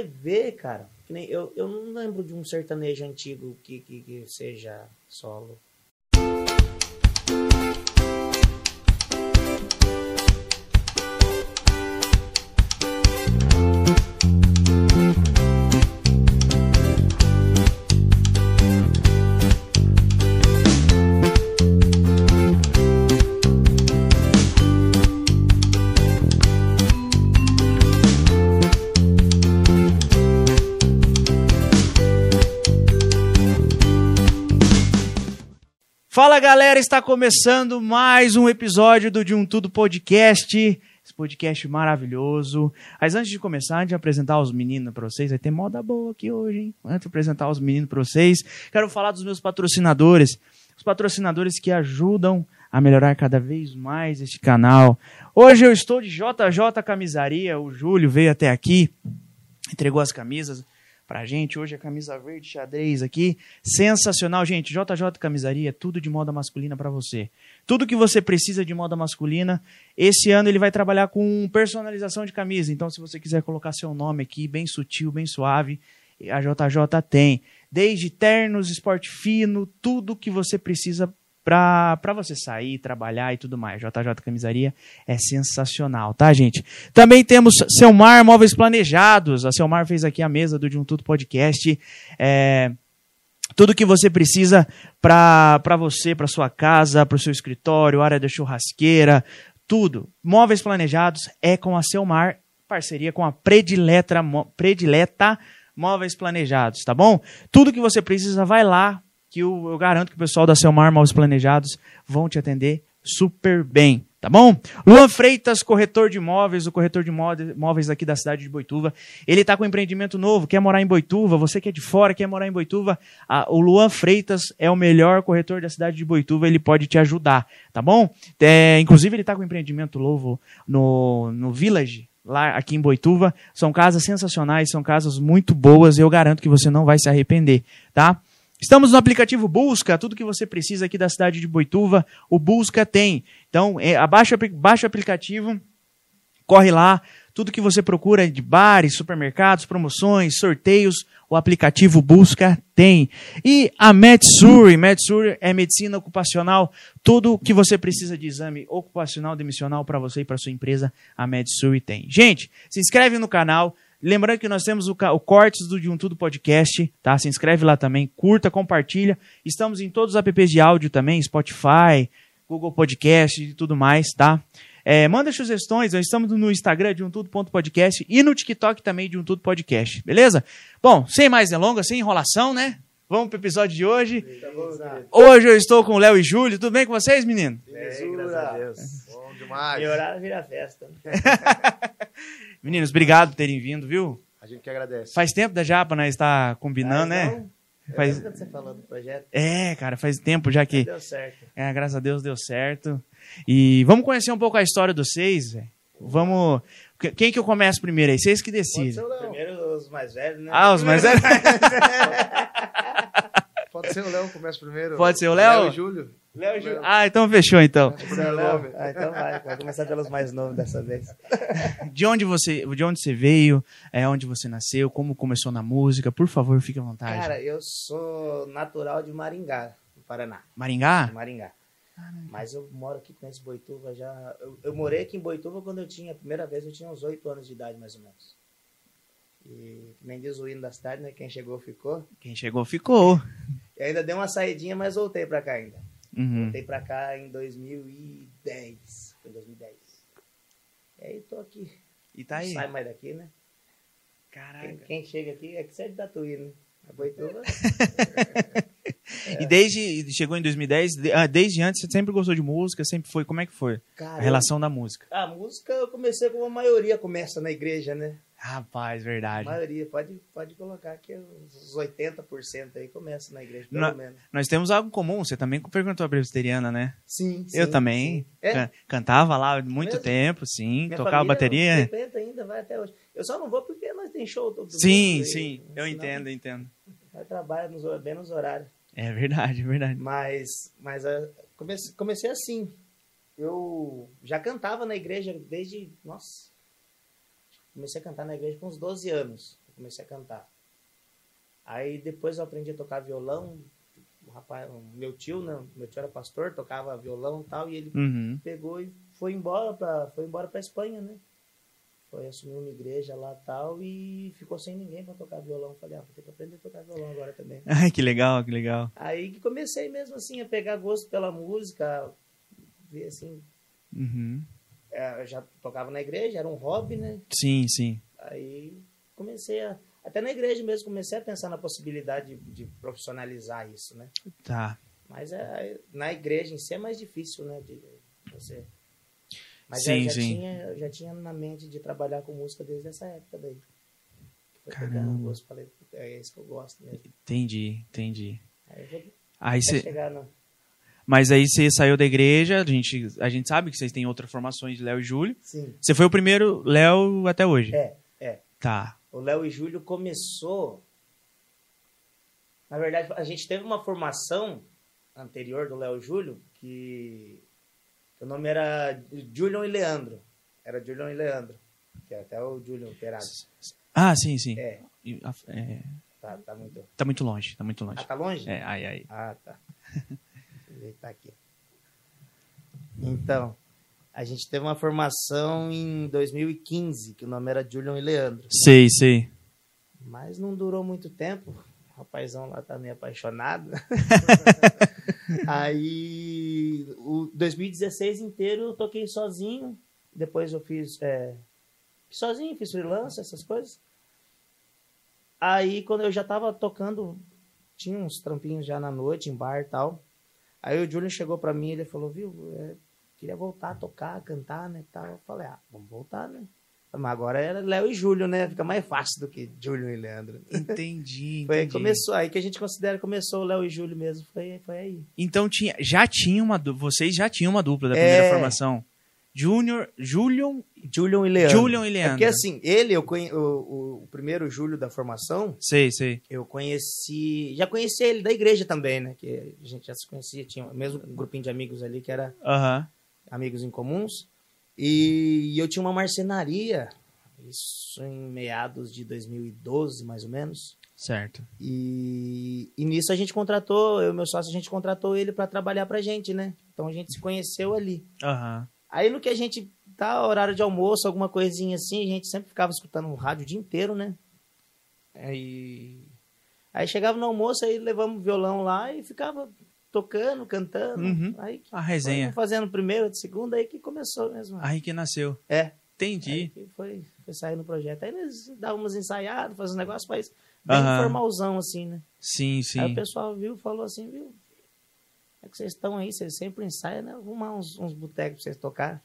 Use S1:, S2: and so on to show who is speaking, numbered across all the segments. S1: TV, cara, que nem- eu, eu não lembro de um sertanejo antigo que, que, que seja solo.
S2: Fala galera, está começando mais um episódio do De Um Tudo Podcast. Esse podcast maravilhoso. Mas antes de começar, antes de apresentar os meninos para vocês, vai ter moda boa aqui hoje, hein? Antes de apresentar os meninos para vocês, quero falar dos meus patrocinadores. Os patrocinadores que ajudam a melhorar cada vez mais este canal. Hoje eu estou de JJ Camisaria, o Júlio veio até aqui, entregou as camisas pra gente. Hoje a camisa verde xadrez aqui. Sensacional, gente. JJ Camisaria, tudo de moda masculina pra você. Tudo que você precisa de moda masculina. Esse ano ele vai trabalhar com personalização de camisa. Então, se você quiser colocar seu nome aqui, bem sutil, bem suave, a JJ tem. Desde ternos, esporte fino, tudo que você precisa pra, pra você sair, trabalhar e tudo mais. JJ Camisaria é sensacional, tá, gente? Também temos Selmar Móveis Planejados. A Selmar fez aqui a mesa do De Um Tudo Podcast. É, tudo que você precisa para você, para sua casa, para o seu escritório, área da churrasqueira, tudo. Móveis planejados é com a Selmar, parceria com a Predileta, Mo- Predileta Móveis Planejados, tá bom? Tudo que você precisa, vai lá, que eu, eu garanto que o pessoal da Selmar Móveis Planejados vão te atender super bem. Tá bom? Luan Freitas, corretor de imóveis, o corretor de imó- imóveis aqui da cidade de Boituva. Ele está com um empreendimento novo, quer morar em Boituva, você que é de fora, quer morar em Boituva, a- o Luan Freitas é o melhor corretor da cidade de Boituva, ele pode te ajudar, tá bom? É, inclusive, ele está com um empreendimento novo no, no Village, lá aqui em Boituva. São casas sensacionais, são casas muito boas, eu garanto que você não vai se arrepender, tá? Estamos no aplicativo Busca, tudo que você precisa aqui da cidade de Boituva, o Busca tem. Então, é, abaixa, o apli- baixa o aplicativo, corre lá, tudo que você procura de bares, supermercados, promoções, sorteios, o aplicativo Busca tem. E a Medsuri, Medsuri é medicina ocupacional, tudo o que você precisa de exame ocupacional, demissional para você e para sua empresa, a Medsuri tem. Gente, se inscreve no canal, Lembrando que nós temos o, ca- o Cortes do De Um Tudo Podcast, tá? Se inscreve lá também, curta, compartilha. Estamos em todos os apps de áudio também, Spotify, Google Podcast e tudo mais, tá? É, manda sugestões, nós estamos no Instagram de um tudo.podcast e no TikTok também de um tudo podcast, beleza? Bom, sem mais delongas, sem enrolação, né? Vamos pro episódio de hoje.
S1: tá
S2: Hoje eu estou com o Léo e Júlio. Tudo bem com vocês, menino?
S1: Bem, É, graças a
S3: É, Deus. Bom
S2: Ah,
S1: E
S3: demais.
S1: horário vira festa. né?
S2: Meninos, obrigado por terem vindo, viu?
S3: A gente que agradece.
S2: Faz tempo da Japa nós estar combinando,
S1: Ah,
S2: né?
S1: então, eu
S2: Faz-
S1: lembro quando você falou do projeto,
S2: É, cara, faz tempo já que.
S1: deu certo.
S2: É, graças a Deus deu certo. E vamos conhecer um pouco a história dos seis, velho. Vamos. que- Quem que eu começo primeiro aí? Vocês que
S3: Pode ser
S2: decidem.
S3: o Léo.
S1: Primeiro os mais velhos, né?
S2: Ah, os mais.
S3: Pode ser o Léo, começa primeiro.
S2: Pode ser o Léo?
S3: e Júlio.
S1: Léo e Júlio.
S2: ah, então fechou então.
S3: Começa o
S1: Você é
S3: primeiro
S1: novo?
S3: nome.
S1: Ah, então vai, vai começar pelos mais novos dessa vez.
S2: De onde você, de onde você veio? É onde você nasceu? Como começou na música? Por favor, fique à vontade.
S1: Cara, eu sou natural de Maringá, no Paraná.
S2: Maringá?
S1: Maringá. Mas eu moro aqui, conheço Boituva já. Eu, eu morei aqui em Boituva quando eu tinha, a primeira vez eu tinha uns 8 anos de idade, mais ou menos. E que nem diz o hino da cidade, né? Quem chegou ficou.
S2: Quem chegou ficou.
S1: E ainda dei uma saidinha, mas voltei pra cá ainda.
S2: Uhum.
S1: Voltei pra cá em 2010. Foi 2010. E aí tô aqui.
S2: E tá aí. Tá
S1: Não sai mais daqui, né? Quem,
S2: Caraca.
S1: quem chega aqui é que sai de Tatuí, né? A Boituva.
S2: E desde chegou em 2010, de- ah, desde antes você sempre gostou de música, sempre foi. Como é que foi a
S1: Cara,
S2: relação da música?
S1: a música eu comecei como a maioria começa na igreja, né?
S2: Rapaz,
S1: A
S2: verdade.
S1: maioria, pode, pode colocar que é os 80% aí começa na igreja, pelo
S2: Na-
S1: menos.
S2: Nós temos algo em comum. Você também perguntou a presbiteriana, né?
S1: Sim,
S2: Eu também.
S1: É?
S2: Can- Cantava lá há muito
S1: Mesmo?
S2: tempo, sim.
S1: Minha
S2: Tocava
S1: família,
S2: bateria.
S1: 70 ainda, vai até hoje. Eu só não vou porque nós tem show todo
S2: Sim,
S1: domingo e-
S2: sim. Eu
S1: senão
S2: entendo, eu entendo.
S1: Nós trabalha nos, hor- bem nos horários.
S2: É verdade, é verdade.
S1: Mas, mas ah, comece- comecei assim. Eu já cantava na igreja desde... Nossa! Comecei a cantar na igreja com uns 12 anos. comecei a cantar. Aí depois eu aprendi a tocar violão. O rapaz, o meu tio, né? Meu tio era pastor, tocava violão e tal, e ele
S2: Uhum.
S1: pegou e foi embora para foi embora para Espanha, né? Foi assumir uma igreja lá tal e ficou sem ninguém para tocar violão. Falei, ah, vou ter que aprender a tocar violão agora também.
S2: Ai, que legal, que legal.
S1: Aí que comecei mesmo assim a pegar gosto pela música, ver assim,
S2: Uhum.
S1: é, eu já tocava na igreja, era um hobby, né?
S2: Sim, sim.
S1: Aí comecei a até na igreja mesmo comecei a pensar na possibilidade de, de profissionalizar isso, né?
S2: Tá.
S1: Mas é, na igreja em si é mais difícil, né? De você. Mas
S2: Sim,
S1: eu já
S2: sim.
S1: tinha, eu já tinha na mente de trabalhar com música desde essa época daí. Foi
S2: Caramba.
S1: pegando gosto, falei, é isso que eu gosto mesmo.
S2: Entendi, entendi.
S1: Aí eu vou até
S2: Aí você.
S1: chegar na.
S2: Mas aí você saiu da igreja, a gente, a gente sabe que vocês têm outras formações de Léo e Júlio.
S1: Sim.
S2: Você foi o primeiro Léo até hoje.
S1: É, é.
S2: Tá.
S1: O Léo e Júlio começou. Na verdade, a gente teve uma formação anterior do Léo e Júlio que que o nome era Julian e Leandro. Era Julian e Leandro. Que era até o Julian Operado.
S2: Ah, sim, sim.
S1: É,
S2: E a- é,
S1: tá, tá muito.
S2: tá muito longe, tá muito longe.
S1: Ah, tá longe?
S2: É, ai, ai.
S1: Ah, tá. Ele tá aqui. Então, a gente teve uma formação em 2015, que o nome era Julian e Leandro.
S2: Sei, sei.
S1: Mas não durou muito tempo. O rapazão lá tá meio apaixonado. Aí, o 2016 inteiro eu toquei sozinho. Depois eu fiz é, sozinho, fiz freelance, essas coisas. Aí, quando eu já tava tocando, tinha uns trampinhos já na noite, em bar e tal. Aí o Júlio chegou pra mim ele falou, viu, é, queria voltar a tocar, cantar, né, e tal. Eu falei, ah, vamos voltar, né? Mas agora era Léo e Júlio, né? Fica mais fácil do que Júlio e Leandro.
S2: Entendi,
S1: Foi aí, que
S2: entendi.
S1: começou, aí que a gente considera que começou o Léo e Júlio mesmo. Foi, foi aí.
S2: Então tinha, já tinha uma du- vocês já tinham uma dupla da primeira
S1: É.
S2: formação. Júnior, Julian,
S1: Julian e Leandro.
S2: Julian e
S1: É porque
S2: Leandro.
S1: assim, ele, eu conhe... o, o- o primeiro Júlio da formação,
S2: sei, sei.
S1: eu conheci. Já conheci ele da igreja também, né? Que a gente já se conhecia, tinha o mesmo grupinho de amigos ali que era
S2: Aham.
S1: amigos em comuns. E, eu tinha uma marcenaria, isso em meados de 2012, mais ou menos.
S2: Certo.
S1: E, e nisso a gente contratou, eu e meu sócio, a gente contratou ele para trabalhar pra gente, né? Então a gente se conheceu ali.
S2: Aham.
S1: Aí no que a gente tá horário de almoço, alguma coisinha assim, a gente sempre ficava escutando o rádio o dia inteiro, né? Aí aí chegava no almoço, aí levamos o violão lá e ficava tocando, cantando.
S2: Uhum.
S1: Aí
S2: A
S1: foi
S2: resenha.
S1: fazendo primeiro, segundo, aí que começou mesmo.
S2: Aí que nasceu.
S1: É. Aí
S2: Entendi.
S1: que foi, foi sair no projeto. Aí nós dávamos ensaiado, fazendo negócio, mas bem
S2: Aham.
S1: formalzão assim, né?
S2: Sim,
S1: Aí o
S2: sim.
S1: pessoal viu e falou assim, viu? É que vocês estão aí, vocês sempre ensaiam, né? Vou Arrumar uns, uns botecos pra vocês tocar.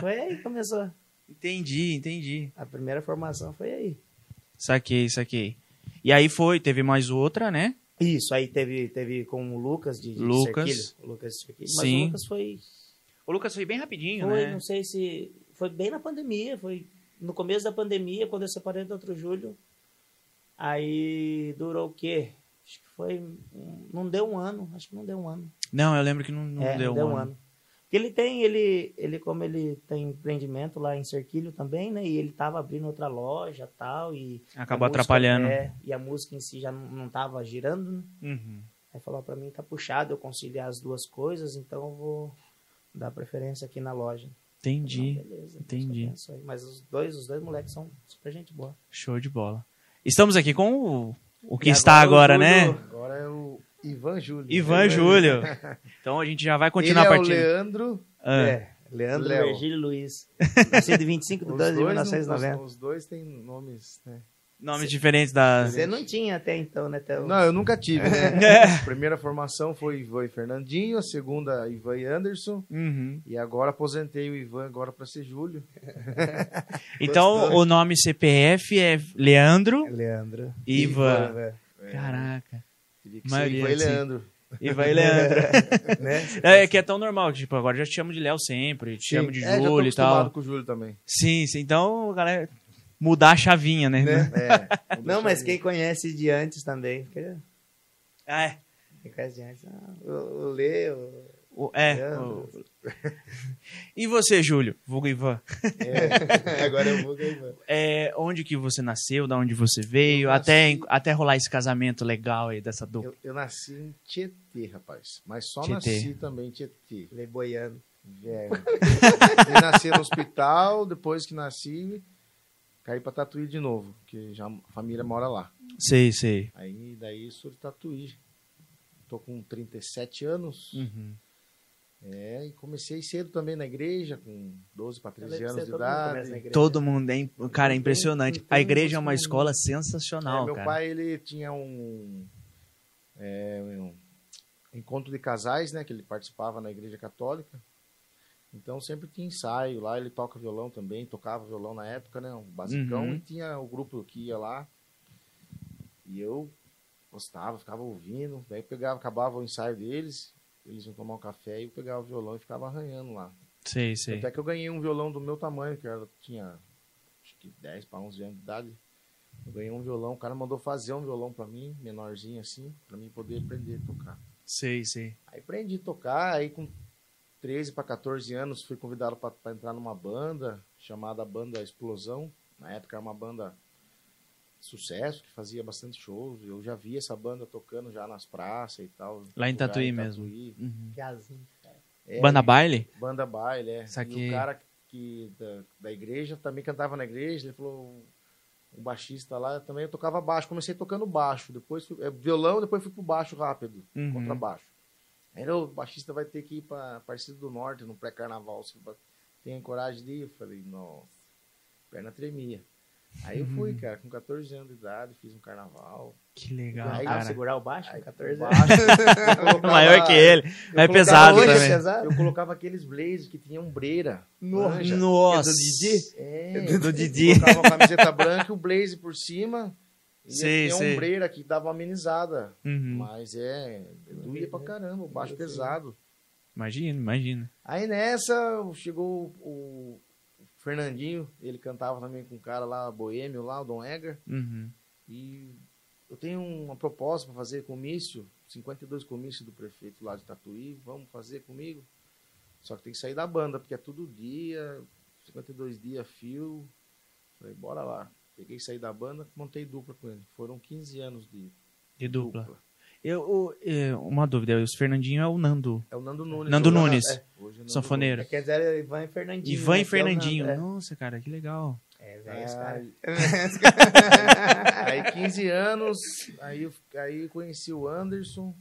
S1: foi aí que começou.
S2: Entendi, entendi.
S1: A primeira formação foi aí.
S2: Saquei, saquei. E aí foi, teve mais outra, né?
S1: Isso, aí teve, teve com o Lucas de, de
S2: Lucas.
S1: Cerquilho. O Lucas de Cerquilho. Mas
S2: Sim.
S1: o Lucas foi,
S2: O Lucas foi bem rapidinho,
S1: foi
S2: né?
S1: não sei se... Foi bem na pandemia, foi no começo da pandemia, quando eu separei do outro Júlio. Aí durou o quê? Acho que foi... um- Não deu um ano, acho que não deu um ano.
S2: Não, eu lembro que não, não
S1: É,
S2: deu, um ano.
S1: Porque ele tem, ele, ele, como ele tem empreendimento lá em Cerquilho também, né? E ele tava abrindo outra loja tal, e.
S2: Acabou
S1: a música-
S2: atrapalhando.
S1: é, e a música em si já não, não tava girando, né?
S2: Uhum.
S1: Aí falou, pra mim tá puxado eu conciliar as duas coisas, então eu vou dar preferência aqui na loja.
S2: Entendi.
S1: Então, beleza, Deus
S2: entendi.
S1: abençoe. Mas os dois, os dois moleques são super gente boa.
S2: Show de bola. Estamos aqui com o, o que
S1: E
S2: está agora,
S1: agora o
S2: né?
S1: Júlio.
S3: Agora é o Ivan Júlio.
S2: Ivan Júlio. Então a gente já vai continuar
S3: Ele
S2: a partida.
S3: É o Leandro.
S2: Ah,
S1: É, Leandro
S3: Léo.
S1: Virgílio Luiz. Nascido em 25 de
S3: Os
S1: 12 de
S3: dois, não-
S1: 1990.
S3: os, os dois têm nomes, né?
S2: Nomes diferentes da.
S1: Você não tinha até então, né? Até o-
S3: Não, eu nunca tive, né?
S2: É.
S3: A primeira formação foi Ivan e Fernandinho, a segunda Ivan e Anderson.
S2: Uhum.
S3: E agora aposentei o Ivan agora para ser Júlio.
S2: Então
S3: Gostou.
S2: o nome CPF é Leandro
S1: Leandro.
S2: Ivan.
S1: Ivan.
S2: Caraca.
S3: Teria é. que
S2: Maioria,
S3: ser Ivan
S2: sim.
S3: e Leandro.
S2: Ivan e Leandro.
S1: né?
S2: É que é tão normal, que, tipo, agora já te chamo de Léo sempre, te chamo de
S3: É, já tô
S2: Júlio e
S3: acostumado
S2: tal.
S3: com o Júlio também.
S2: Sim, sim. Então, galera, mudar a chavinha, né?
S3: É, vou
S1: Não, mas
S3: deixar
S1: quem conhece de antes também. Quem
S2: Ah, é.
S1: conhece de antes? Ah, o, o Lê, o,
S2: O- é.
S3: É.
S2: o- E você, Júlio? Vulgo Ivan.
S1: É, agora eu vou ganhar.
S2: É, onde que você nasceu, da onde você veio,
S3: Eu
S2: até,
S3: nasci-
S2: até rolar esse casamento legal aí dessa dupla.
S3: Eu, eu nasci em Tietê, rapaz. Mas só
S2: Tietê.
S3: nasci também em Tietê.
S1: Falei boiando.
S3: É. Eu nasci no hospital, depois que nasci, caí pra Tatuí de novo, porque já a família mora lá.
S2: Sei, sei.
S3: Aí daí sou de Tatuí. Tô com 37 anos.
S2: Uhum.
S3: É, e comecei cedo também na igreja, com 12 para 13
S1: Você,
S3: anos
S1: todo
S3: de
S1: mundo começa
S3: idade.
S1: na igreja.
S2: Todo mundo, hein? Cara, é impressionante.
S3: Tem- tem
S2: A igreja é uma
S3: umas-
S2: escola
S3: É,
S2: sensacional,
S3: meu
S2: cara.
S3: pai ele tinha um, é, um encontro de casais, né? Que ele participava na igreja católica. Então sempre tinha ensaio lá. Ele toca violão também, tocava violão na época, né? Um basicão
S2: Uhum.
S3: e tinha o grupo que ia lá. E eu gostava, ficava ouvindo. Daí eu pegava, acabava o ensaio deles. Eles iam tomar um café e eu pegava o violão e ficava arranhando lá.
S2: Sei, sei.
S3: Até que eu ganhei um violão do meu tamanho, que era, tinha acho que 10 para 11 anos de idade. Eu ganhei um violão, o cara mandou fazer um violão pra mim, menorzinho assim, pra mim poder aprender a tocar.
S2: Sei, sei.
S3: Aí aprendi a tocar, aí com 13 para 14 anos fui convidado pra pra entrar numa banda chamada Banda Explosão. Na época era uma banda de sucesso, que fazia bastante shows. Eu já vi essa banda tocando já nas praças e tal.
S2: Lá em
S3: lugar,
S2: Tatuí mesmo.
S3: Tatuí.
S2: Uhum.
S1: Piazinho.
S3: É,
S2: Banda baile?
S3: Banda baile, é.
S2: Saquei.
S3: E o cara que, da, da igreja também cantava na igreja, ele falou, o baixista lá também eu tocava baixo, comecei tocando baixo, depois fui, é, violão, depois fui pro baixo rápido,
S2: Uhum.
S3: contrabaixo. Aí ele, o baixista vai ter que ir pra Partido do Norte, no pré-carnaval, se ba- tem coragem de ir? Eu falei, nossa, perna tremia. Aí eu
S2: Uhum.
S3: fui, cara, com 14 anos de idade, fiz um carnaval.
S2: Que legal,
S3: Aí,
S1: Ah,
S2: cara.
S1: segurar o baixo com
S3: Aí,
S1: 14 anos.
S3: baixo, eu colocava-
S2: Maior que ele.
S3: eu
S2: Mas é
S3: colocava
S2: pesado
S3: hoje,
S2: também.
S1: pesado.
S3: Eu colocava aqueles blazers que tinham ombreira. manja.
S2: Nossa.
S1: É do Didi?
S3: É,
S2: Do- do
S3: eu
S2: Didi.
S3: Colocava uma camiseta branca e o blazer por cima. E
S2: Sei,
S3: tinha
S2: sei.
S3: a ombreira que dava uma amenizada.
S2: Uhum.
S3: Mas é, doía pra caramba, o baixo pesado.
S2: Imagina, imagina.
S3: Aí nessa, chegou o o Fernandinho, ele cantava também com um cara lá, boêmio lá, o Dom Egger.
S2: Uhum.
S3: E eu tenho uma proposta para fazer comício, 52 comícios do prefeito lá de Tatuí, vamos fazer comigo? Só que tem que sair da banda, porque é todo dia, 52 dias fio. Falei, bora lá. Peguei, saí da banda, montei dupla com ele. Foram 15 anos de
S2: De dupla.
S3: dupla.
S2: Eu, o- é, uma dúvida, o Fernandinho é o Nando,
S3: É o Nando Nunes.
S2: Nando
S3: Hoje é o
S2: Nunes,
S3: Nando- é, hoje é o Nando
S2: sanfoneiro.
S1: Quer dizer, era Ivan e Fernandinho.
S2: Ivan
S1: né,
S2: e
S1: que é o
S2: Fernandinho.
S1: Nando,
S2: Nossa, cara, que legal.
S1: É, É,
S3: Nunes.
S1: velho, esse cara.
S3: Aí, aí 15 anos, aí, eu- aí conheci o Anderson,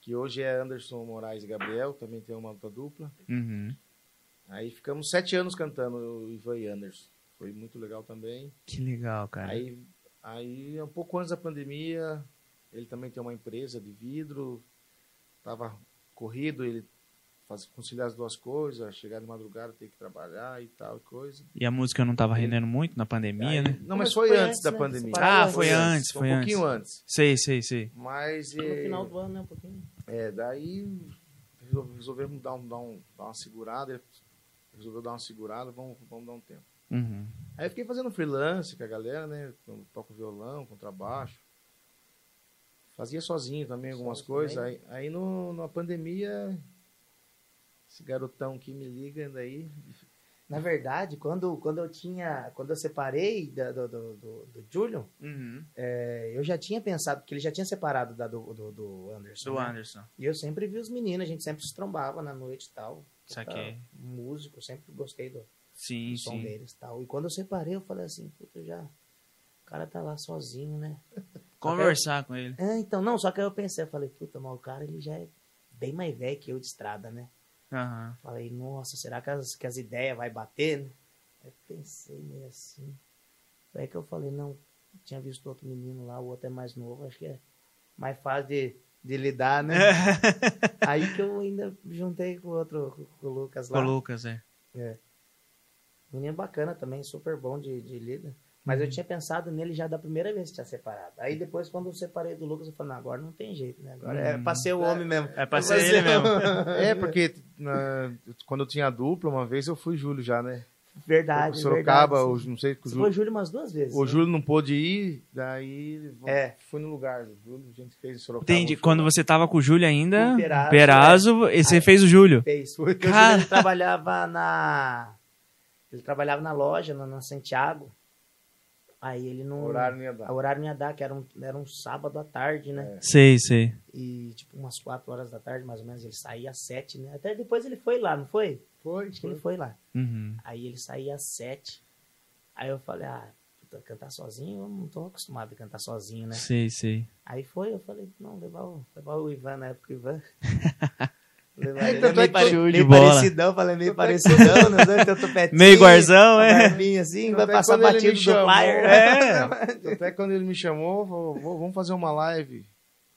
S3: que hoje é Anderson Moraes e Gabriel, também tem uma outra dupla.
S2: Uhum.
S3: Aí ficamos sete anos cantando o Ivan e Anderson. Foi muito legal também.
S2: Que legal,
S1: É.
S2: cara.
S3: Aí, aí, um pouco antes da pandemia, ele também tem uma empresa de vidro. Tava corrido, ele faz, conciliar as duas coisas, chegar de madrugada, ter que trabalhar e tal e coisa.
S2: e a música não tava rendendo muito na pandemia,
S3: Aí-
S2: né?
S3: Não, mas foi, antes da
S1: né?
S3: pandemia.
S1: Separado
S2: Ah, foi antes, foi
S3: um
S2: antes.
S3: pouquinho antes.
S2: Sei, sei, sei.
S3: Mas
S1: No
S3: eh,
S1: final do ano, né? Um pouquinho.
S3: É, daí resol- resolvemos dar, um, dar, um, dar uma segurada. Ele resolveu dar uma segurada, vamos, vamos dar um tempo.
S2: Uhum.
S3: Aí eu fiquei fazendo freelance com a galera, né? Eu toco violão, contrabaixo. Fazia sozinho também algumas
S1: Sozinho.
S3: coisas. Aí, aí no, na pandemia, esse garotão que me liga daí.
S1: Na verdade, quando, quando eu tinha. Quando eu separei da- do, do, do, do Julian,
S2: Uhum.
S1: é, eu já tinha pensado, porque ele já tinha separado da, do, do, do Anderson.
S2: Do
S1: né?
S2: Anderson.
S1: E eu sempre vi os meninos, a gente sempre se trombava na noite e tal.
S2: Saquei.
S1: Tá, Músico, eu sempre gostei do,
S2: Sim,
S1: do som
S2: sim.
S1: deles e tal. E quando eu separei, eu falei assim, puta, já. O cara tá lá sozinho, né?
S2: Conversar com ele.
S1: É, então, não, só que aí eu pensei, eu falei, puta, mas o cara ele já é bem mais velho que eu de estrada, né?
S2: Aham.
S1: Falei, nossa, será que as, que as ideias vai bater, né? Aí pensei meio assim. Aí que eu falei, não, tinha visto outro menino lá, o outro é mais novo, acho que é mais fácil de, de lidar, né? Aí que eu ainda juntei com o outro, com- com o Lucas
S2: Com
S1: lá.
S2: o Lucas, é.
S1: Menino bacana também, super bom de, de líder. Mas eu tinha pensado nele já da primeira vez que tinha separado. Aí depois, quando eu separei do Lucas, eu falei, não, agora não tem jeito, né? Agora é
S2: Hum.
S1: pra ser o homem mesmo.
S2: É pra ser ele mesmo.
S3: É, porque na- quando eu tinha a dupla, uma vez eu fui Júlio já, né?
S1: Verdade,
S3: o Sorocaba,
S1: verdade.
S3: o- não sei, o
S1: Você
S3: Júlio,
S1: foi Júlio umas duas vezes.
S3: o
S1: né?
S3: Júlio não pôde ir, daí vamos-
S1: É.
S3: fui no lugar do Júlio, a gente fez em Sorocaba.
S2: Entendi.
S3: foi
S2: Quando
S3: lá.
S2: você tava com o Júlio ainda,
S1: Com o Perazzo, é.
S2: Perazo, e você
S1: Aí-
S2: fez o Júlio.
S1: fez. Porque o
S2: Cara.
S1: Júlio ele trabalhava na. Ele trabalhava na loja, na, na Santiago. Aí ele não.
S3: O horário não ia dar.
S1: O horário não ia dar, que era um, era um sábado à tarde, né?
S2: Sei, sei.
S1: E tipo, umas 4 horas da tarde, mais ou menos, ele saía às 7, né? Até depois ele foi lá, não foi?
S3: Foi,
S1: Acho que ele foi
S3: foi.
S1: lá.
S2: Uhum.
S1: Aí ele saía às 7. Aí eu falei, ah, puta, cantar sozinho, eu não tô acostumado a cantar sozinho, né?
S2: Sei, sei.
S1: Aí foi, eu falei, não, levar o, levar o Ivan na época, o Ivan. levar
S3: É,
S1: ele,
S3: tanto é
S1: meio
S3: que
S1: pare-
S2: show de
S1: meio
S2: bola.
S1: parecidão, falei, meio parecidão, né? Usando teu topetinho.
S2: Meio guarzão, é.
S1: Barbinho assim,
S3: Tanto
S1: vai
S3: é que
S1: passar
S3: quando ele
S1: batido
S3: me
S1: do
S3: chamou-
S1: flyer. né?
S2: É.
S3: Até quando ele me chamou, falou, "Vô, vamos fazer uma live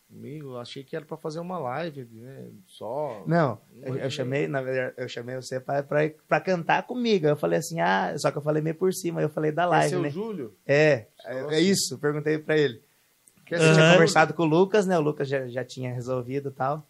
S3: comigo. Eu Achei que era pra fazer uma live, né? Só.
S1: Não, é eu, eu chamei, na verdade, eu chamei você pra, pra, ir- pra cantar comigo. Eu falei assim, ah, só que eu falei meio por cima, eu falei da
S3: Esse
S1: live,
S3: é o
S1: né?
S3: Júlio?
S1: É, é,
S3: Nossa.
S1: é isso, eu perguntei pra ele.
S3: Quer
S1: Eu
S2: Aham.
S1: tinha conversado com o Lucas, né? O Lucas já, já tinha resolvido e tal.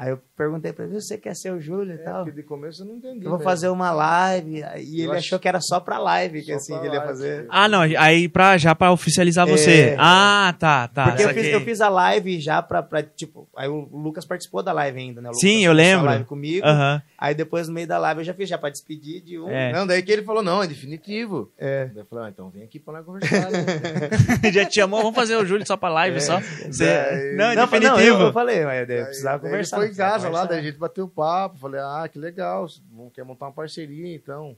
S1: Aí eu perguntei pra ele, você quer ser o Júlio e
S3: É,
S1: tal?
S3: porque de começo eu não entendi.
S1: Eu vou
S3: né?
S1: fazer uma live. E
S3: Eu
S1: ele
S3: acho-
S1: achou que era só pra live, que
S3: Só
S1: assim,
S3: pra
S1: que ele ia
S3: live,
S1: fazer.
S3: né?
S2: Ah, não. Aí pra, já pra oficializar
S1: É.
S2: você. Ah, tá, tá.
S1: Porque eu
S2: saquei.
S1: fiz, eu fiz a live já pra, pra, tipo. Aí o Lucas participou da live ainda, né? O Lucas
S2: Sim,
S1: começou
S2: eu
S1: a
S2: lembro.
S1: live comigo.
S2: Aham.
S1: Aí depois, no meio da live, eu já fiz já pra despedir de um.
S2: É.
S3: Não, daí que ele falou, não, é definitivo.
S1: É.
S3: Daí eu falei, ah, então vem aqui pra nós conversar. né?
S2: já te chamou, vamos fazer o Júlio só pra live, só. Você-
S3: daí-
S2: Não, é
S1: É. Não, foi- não,
S2: definitivo.
S1: eu, eu falei, mas eu precisava
S3: Daí ele
S1: conversar.
S3: Foi em
S1: precisava
S3: casa lá,
S1: conversar.
S3: daí a gente bateu papo. Falei, ah, que legal, você não quer montar uma parceria então.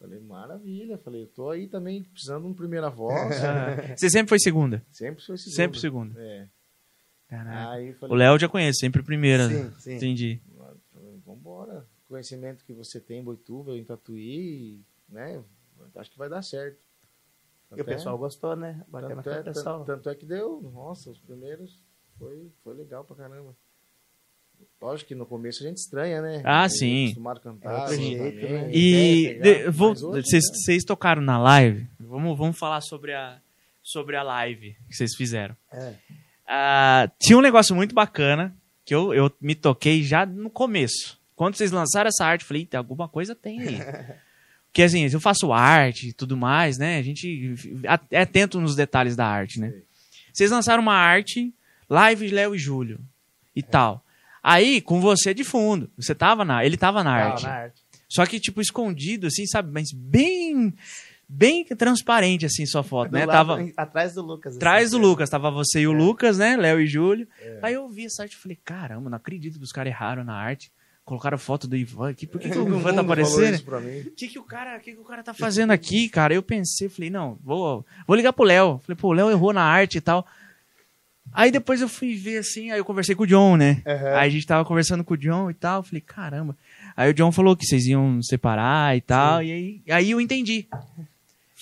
S3: Falei, maravilha. Falei, eu tô aí também precisando de um primeira voz.
S2: Aham. Você sempre foi segunda?
S3: Sempre foi segundo.
S2: Sempre segunda.
S3: É.
S2: Caraca.
S3: Aí eu
S2: O
S3: falei,
S2: Léo eu já conheço, sempre primeira. né?
S1: Sim, sim.
S2: Entendi.
S3: falei, vambora. O conhecimento que você tem em Boituva, em Tatuí, né? Acho que vai dar certo.
S1: E o
S3: Até-
S1: pessoal gostou, né? Bacana
S3: Tanto
S1: foi
S3: é,
S1: o pessoal.
S3: tan- tanto é que deu, nossa, os primeiros foi, foi legal pra caramba. Lógico que no começo a gente estranha, né?
S2: Ah,
S3: A gente
S2: sim.
S3: Acostumado a cantar.
S1: É outro
S3: assim,
S1: jeito,
S3: também,
S1: né?
S2: E
S3: né,
S2: de-
S3: pegar,
S2: vou-
S3: mas hoje,
S2: vocês
S3: né?
S2: vocês tocaram na live? Vamos, vamos falar sobre a, sobre a live que vocês fizeram.
S1: É.
S2: Ah, tinha um negócio muito bacana que eu, eu me toquei já no começo. Quando vocês lançaram essa arte, eu falei, "Eita, alguma coisa tem aí. Porque assim, eu faço arte e tudo mais, né? A gente a- é atento nos detalhes da arte, né? Vocês lançaram uma arte, live Léo e Júlio
S1: É.
S2: e tal. Aí, com você de fundo. Você tava na. Ele tava na
S1: Tava
S2: arte.
S1: na arte.
S2: Só que, tipo, escondido, assim, sabe? Mas bem. Bem transparente, assim, sua foto,
S1: Do
S2: né?
S1: lado-
S2: Tava
S1: Atrás do Lucas. assim.
S2: atrás do Lucas, tava você e o Lucas, né? Léo e Júlio. Aí eu vi essa arte e falei, caramba, não acredito que os caras erraram na arte. Colocaram foto do Ivan aqui. Por que, que o
S3: Todo
S2: Ivan tá
S3: mundo falou
S2: aparecendo?
S3: isso pra mim.
S2: O que, que o cara, que, que o cara tá fazendo aqui, cara? Eu pensei, falei, não, vou, vou ligar pro Léo. Falei, pô, o Léo errou na arte e tal. Aí depois eu fui ver assim, aí eu conversei com o John, né? Aí a gente tava conversando com o John e tal, falei, caramba. Aí o John falou que vocês iam separar e tal, e aí, aí eu entendi.
S1: É,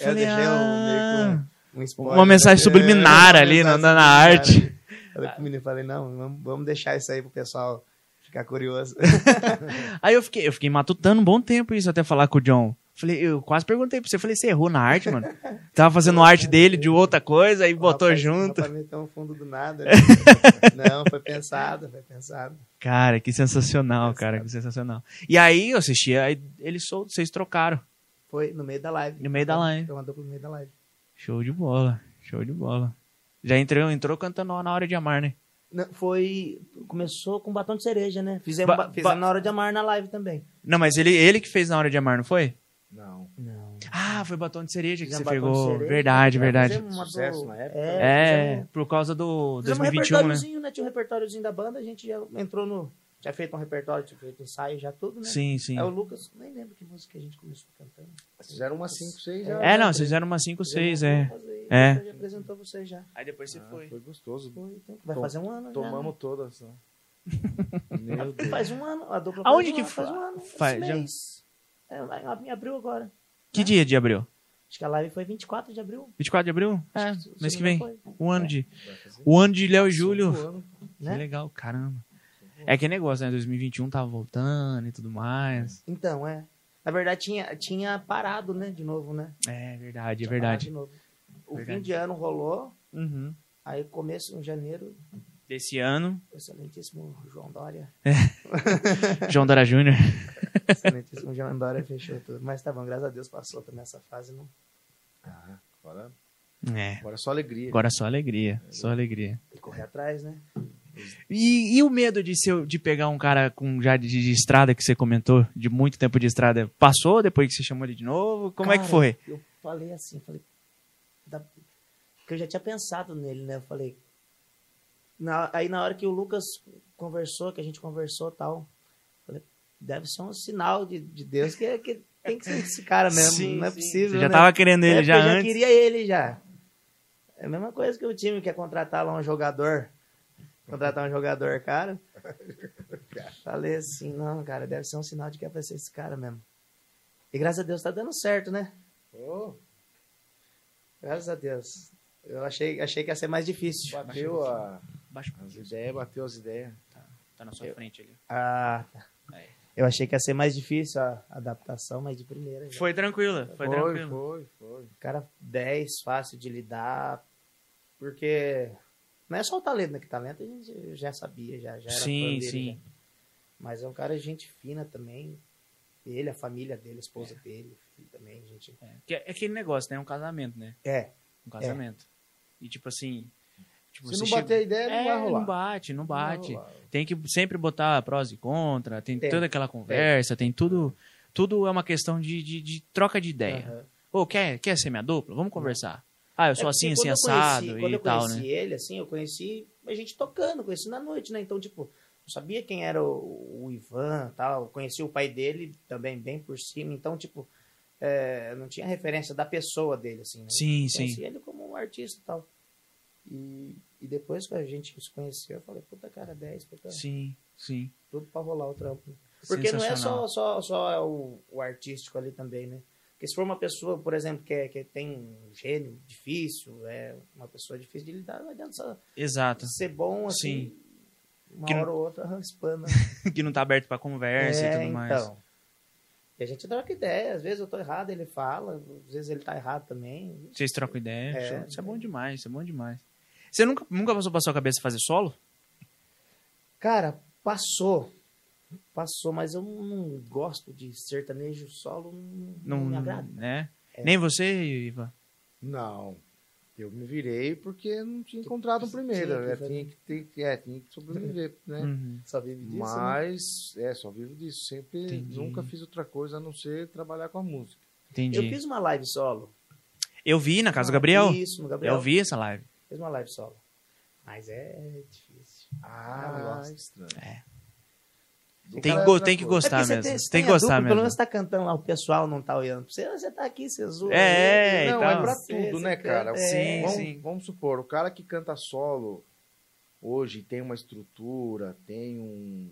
S1: Eu
S2: Falei,
S1: deixei um, meio
S2: "Ah,
S1: que um, um spoiler.
S2: uma mensagem
S1: É,
S2: subliminar
S1: uma
S2: ali na,
S1: mensagem
S2: na, na arte.
S1: subliminar. Falei pro menino, falei, não, vamos- vamos deixar isso aí pro pessoal ficar curioso.
S2: Aí eu fiquei, eu fiquei matutando um bom tempo isso até falar com o John. Falei, eu quase perguntei pra você, falei, você errou na arte, mano? Tava fazendo arte dele de outra coisa e botou
S1: Rapaz,
S2: junto.
S1: Não pra meter um fundo do nada. né? não, foi pensado, foi pensado.
S2: Cara, que sensacional, cara, que sensacional. E aí eu assisti, aí ele solto, vocês trocaram.
S1: Foi no meio da live.
S2: No meio da live.
S1: Eu mandou pro meio da live.
S2: Show de bola, show de bola. Já entrou, entrou cantando na hora de amar, né?
S1: Não, foi. Começou com batom de cereja, né? Fizemos,
S2: Ba-
S1: ba-
S2: ba-
S1: fizemos na hora de amar na live também.
S2: Não, mas ele, ele que fez na hora de amar, não foi?
S3: Não.
S1: Não.
S2: Ah, foi batom de cereja que
S1: Fizemos
S2: você
S1: Batom de
S2: pegou.
S1: Cereja,
S2: Verdade, Ah, verdade.
S1: Fizemos uma do-
S3: um Sucesso na época,
S1: É,
S2: É, por causa do
S1: Fizemos um
S2: 2021, né?
S1: repertóriozinho, né? Tinha um repertóriozinho da banda, a gente já entrou no. Tinha feito um repertório, tinha feito ensaio, já tudo, né?
S2: Sim, sim.
S1: Aí o Lucas, nem lembro que música a gente começou cantando.
S3: Vocês fizeram umas 5, 6 já. Ah,
S2: É, não,
S1: né?
S2: vocês eram umas 5, 6, é. É.
S1: É. Já apresentou você já.
S2: Aí depois
S3: Ah, foi gostoso.
S1: Foi, então, Vai
S3: Tom-
S1: fazer um ano. já,
S3: Tomamos todas. né? Meu
S1: né?
S3: Deus.
S1: Faz um ano. A dupla faz
S2: Aonde
S1: um
S2: que
S1: ano,
S2: fa-
S1: faz um ano?
S2: faz-
S1: esse
S2: já-
S1: mês. É, vai- em abril agora.
S2: Que dia de abril?
S1: Acho que a live foi 24 de abril.
S2: 24 de abril? É,
S1: Acho se
S2: mês que
S1: não
S2: vem.
S1: foi,
S2: Um ano
S1: Ah, É.
S2: de.
S3: Vai fazer
S2: O ano de Léo e
S3: cinco
S2: Júlio.
S3: anos.
S1: né?
S2: Que legal, caramba. É que negócio, né? 2021 tava voltando e tudo mais.
S1: Então, é. Na verdade, tinha, tinha parado, né? De novo, né?
S2: É verdade,
S1: Tinha parado
S2: é verdade.
S1: De novo. O
S2: Verdade.
S1: fim de ano rolou.
S2: Uhum.
S1: Aí começo em janeiro,
S2: Desse ano,
S1: o excelentíssimo João Dória
S2: João Dara Júnior.
S1: Excelentíssimo Jamandária fechou tudo. Mas tá bom, graças a Deus passou também essa fase. Não...
S3: Ah, agora,
S2: É.
S3: agora é só alegria.
S2: Agora é só alegria, só alegria.
S1: Tem que correr atrás, né?
S2: E, e o medo de ser, de pegar um cara com já de, de estrada que você comentou, de muito tempo de estrada, passou depois que você chamou ele de novo? Como é que
S1: Cara,
S2: foi?
S1: Eu falei assim, falei. Da... Porque eu já tinha pensado nele, né? Eu falei. Na... Aí na hora que o Lucas conversou, que a gente conversou e tal, falei, deve ser um sinal de, de Deus que, é, que tem que ser esse cara mesmo. não é possível.
S2: Você já
S1: né?
S2: tava querendo
S1: É,
S2: ele já
S1: porque eu já
S2: antes.
S1: queria ele já. É a mesma coisa que o time quer contratar lá um jogador. Contratar um jogador, cara. Falei assim, não, cara, deve ser um sinal de que é pra ser esse cara mesmo. E graças a Deus tá dando certo, né?
S3: Ô,
S1: Graças a Deus. Eu achei, achei que ia ser mais difícil.
S3: bateu a-
S2: Baixa
S3: as ideias, bateu as ideias.
S2: Tá na sua frente ali.
S1: Ah, tá.
S2: Aí.
S1: eu achei que ia ser mais difícil a adaptação, mas de primeira. já.
S2: Foi tranquila, foi,
S3: foi,
S2: tranquila.
S3: foi, foi.
S1: Cara, 10, fácil de lidar. Porque não é só o talento, né? Que talento a gente já sabia, já, já era fã
S2: Sim,
S1: dele,
S2: sim.
S1: né? Mas é um cara gente fina também. Ele, a família dele, a esposa dele, o filho também, gente.
S2: É, que é aquele negócio, né? É um casamento, né?
S1: É,
S2: Um casamento. E tipo assim. Tipo,
S3: Se
S2: você
S3: não
S2: chega-
S3: bater a ideia,
S2: É,
S3: não vai rolar.
S2: Não bate, não bate.
S3: Não vai rolar.
S2: Tem que sempre botar prós e contra, tem,
S1: Tem.
S2: toda aquela conversa, tem tudo. Tudo é uma questão de, de, de troca de ideia.
S1: aham.
S2: Ô, quer, quer ser minha dupla? Vamos conversar. Ah, eu sou
S1: É
S2: assim,
S1: porque
S2: assim,
S1: quando eu
S2: assado
S1: conheci-
S2: e
S1: Quando eu
S2: tal,
S1: conheci
S2: né?
S1: ele, assim, eu conheci a gente tocando, conheci na noite, né? Então, tipo, eu sabia quem era o, o Ivan tal. eu Conheci o pai dele também bem por cima. Então, tipo, é, não tinha referência da pessoa dele, assim. né?
S2: Sim, sim.
S1: Conheci ele como um artista e tal. E, e depois que a gente se conheceu, eu falei, puta cara, 10, puta,
S2: Sim, sim.
S1: tudo pra rolar o trampo. Porque não é só,
S2: Sensacional.
S1: só, só é o, o artístico ali também, né? Porque se for uma pessoa, por exemplo, que, é- que tem um gênio difícil, é uma pessoa difícil de lidar, não adianta só
S2: Exato.
S1: ser bom assim. Uma
S2: Que não-
S1: hora ou outra, né? espana.
S2: que não tá aberto pra conversa e
S1: É,
S2: tudo
S1: então.
S2: mais.
S1: E a gente troca ideia, às vezes eu tô errado, ele fala, às vezes ele tá errado também.
S2: Vocês trocam ideia.
S1: É.
S2: show. Isso é bom demais, isso é bom demais. Você nunca, nunca passou pra sua cabeça fazer solo?
S1: Cara, passou. Passou, mas eu não gosto de sertanejo solo, não, não me agrada.
S2: né?
S3: É.
S2: Nem você, Ivan.
S3: Não. Eu me virei porque não tinha encontrado um primeiro.
S1: tinha que
S3: né?
S1: fazer.
S3: Tinha que, tem que- é, tinha que sobreviver, né?
S2: Uhum.
S1: Só vive disso, né?
S3: Mas, é, só vivo disso. Sempre,
S2: Entendi.
S3: nunca fiz outra coisa a não ser trabalhar com a música.
S2: Entendi.
S1: Eu
S2: Eu,
S1: fiz uma live solo.
S2: vi na casa do Gabriel. É
S1: Isso, no Gabriel.
S2: Eu vi essa live.
S1: Fiz uma live solo. Mas é difícil. Ah, eu gosto.
S3: Ah, estranho.
S2: É.
S3: Do
S2: Tem,
S3: cara
S2: que go-
S3: outra
S2: tem que
S3: coisa.
S2: gostar
S1: É porque você
S2: mesmo. Tem,
S1: você
S2: que
S1: a
S2: gostar
S1: dupla, Pelo menos
S2: mesmo.
S1: tá cantando lá, o pessoal não tá olhando pra você. Você tá aqui, você zoa.
S2: É,
S1: ele,
S3: Não,
S2: então.
S3: é pra
S1: você,
S3: tudo,
S1: você
S3: né, cara?
S1: canta,
S2: Sim, É.
S3: vamos,
S2: sim.
S3: vamos supor, o cara que canta solo hoje tem uma estrutura, tem um.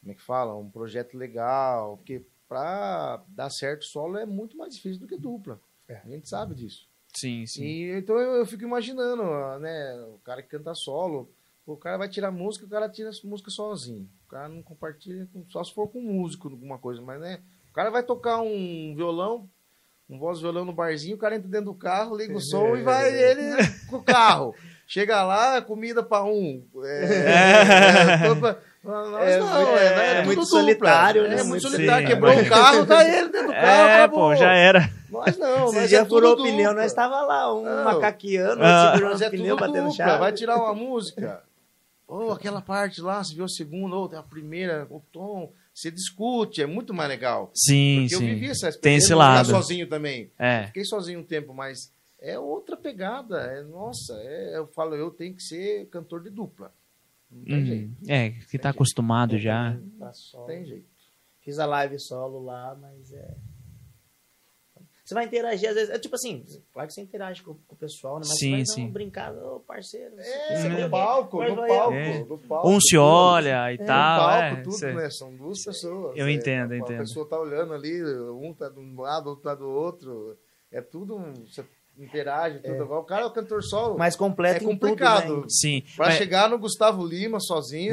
S3: Como é que fala? Um projeto legal. Porque pra dar certo solo é muito mais difícil do que dupla.
S1: É.
S3: A gente sabe disso.
S2: Sim, sim.
S3: E, então eu, eu fico imaginando, né? O cara que canta solo, o cara vai tirar música, o cara tira essa música sozinho. O cara não compartilha, com- só se for com um músico, alguma coisa, mas né? O cara vai tocar um violão, um voz e violão no barzinho, o cara entra dentro do carro, liga o som e vai ele com o carro. Chega lá, comida pra um. É, é, todo pra- pra nós
S1: É,
S3: não, é, né?
S1: é
S3: tudo
S1: muito
S3: dupla.
S1: solitário, né?
S3: É muito
S1: Muito
S3: solitário.
S2: sim,
S3: Quebrou
S2: mas-
S3: o carro, tá ele dentro do carro.
S2: É,
S3: acabou.
S2: pô, já era.
S3: Nós não,
S1: Esse
S3: nós
S1: dia
S3: é tudo
S1: furou o pneu,
S3: dupla.
S1: nós tava lá, um
S3: Não.
S1: macaqueando,
S2: Ah.
S1: outro segurando
S3: Mas é
S1: o pneu,
S3: tudo
S1: batendo
S3: dupla.
S1: chave.
S3: Vai tirar uma música. Ou aquela parte lá, você viu a segunda, ou a primeira, o tom. Você discute, é muito mais legal.
S2: Sim,
S3: Porque eu
S2: sim.
S3: vivi essa experiência.
S2: Tem esse
S3: eu não
S2: lado.
S3: Ficar sozinho também.
S2: É.
S3: Fiquei sozinho um tempo, mas é outra pegada. É, nossa, é- eu falo, eu tenho que ser cantor de dupla. Não tem jeito.
S2: Uhum. É, que tá acostumado já.
S1: Tá solo.
S3: Não tem jeito.
S1: Fiz a live solo lá, mas é. Você vai interagir, às vezes. É tipo assim, claro que você interage com, com o pessoal, né? Mas você
S2: Sim,
S1: vai
S2: sim.
S1: dar um brincado, ô parceiro. não sei o quê,
S3: É,
S1: não sei
S3: no
S1: o quê.
S3: palco,
S1: Mas
S3: no
S1: vai-
S3: palco,
S2: É.
S3: no palco.
S2: Um se
S3: tudo.
S2: olha e
S3: É,
S2: tal.
S3: no
S2: é,
S3: palco, tudo,
S2: cê-
S3: né? São duas pessoas.
S2: Eu
S3: É,
S2: entendo, eu
S3: A
S2: entendo.
S3: pessoa tá olhando ali, um tá de um lado, outro tá do outro. É tudo, um- você interage, tudo. O cara é o cantor solo.
S1: Mais
S3: é
S1: completo em tudo,
S3: complicado.
S1: né?
S2: Sim.
S3: Pra
S2: mas
S3: chegar no Gustavo Lima sozinho,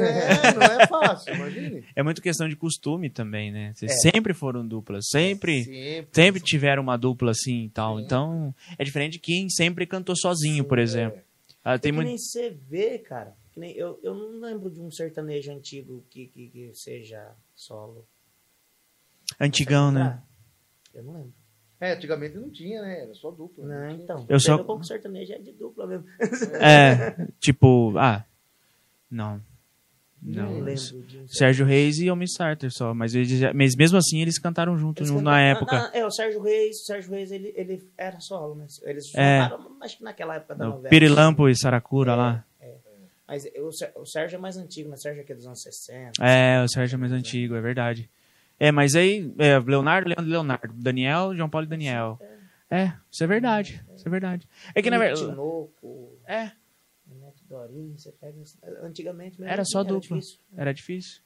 S3: é, não é fácil, imagine.
S2: É muito questão de costume também, né? Vocês
S1: É.
S2: sempre foram duplas,
S3: É.
S2: sempre.
S3: Sempre.
S2: Sempre tiveram uma dupla assim e tal.
S3: Sim.
S2: Então, é diferente de quem sempre cantou sozinho, por exemplo. Ah,
S1: Tem
S2: tem muito.
S1: é. nem você vê, cara. Que nem, eu, eu não lembro de um sertanejo antigo que, que, que seja solo.
S2: Antigão, né?
S1: Ah, Eu não lembro.
S3: É, antigamente não tinha, né? Era só dupla.
S1: Não,
S3: tinha.
S1: então.
S2: Eu só-
S1: Pega com sertanejo é de dupla mesmo.
S2: É, tipo, ah. Não.
S1: Não,
S2: Não.
S1: lembro de um
S2: Sérgio Reis e Almir Sarter só, mas, eles, já- mas mesmo assim eles cantaram junto
S1: Eles
S2: no-
S1: cantam-
S2: na
S1: ah,
S2: época.
S1: ah, é, o Sérgio Reis, o Sérgio Reis, ele, ele era solo, né? Eles
S2: É.
S1: juntaram, acho que naquela época da
S2: No
S1: novela.
S2: Pirilampo e
S1: É.
S2: Saracura lá.
S1: Mas eu- o Sér- o Sérgio é mais antigo, né? O Sérgio é aqui dos anos 60.
S2: É, o Sérgio é mais antigo, é verdade. É, mas aí, é, Leonardo, Leandro, e Leonardo, Daniel, João Paulo e Daniel. É, isso é verdade, isso é verdade. É que na
S1: Henrique
S2: verdade...
S1: Tinoco,
S2: É,
S1: Neto Dorinho, você pega... Antigamente mesmo
S2: Era
S1: assim,
S2: só dupla.
S1: difícil.
S2: era difícil.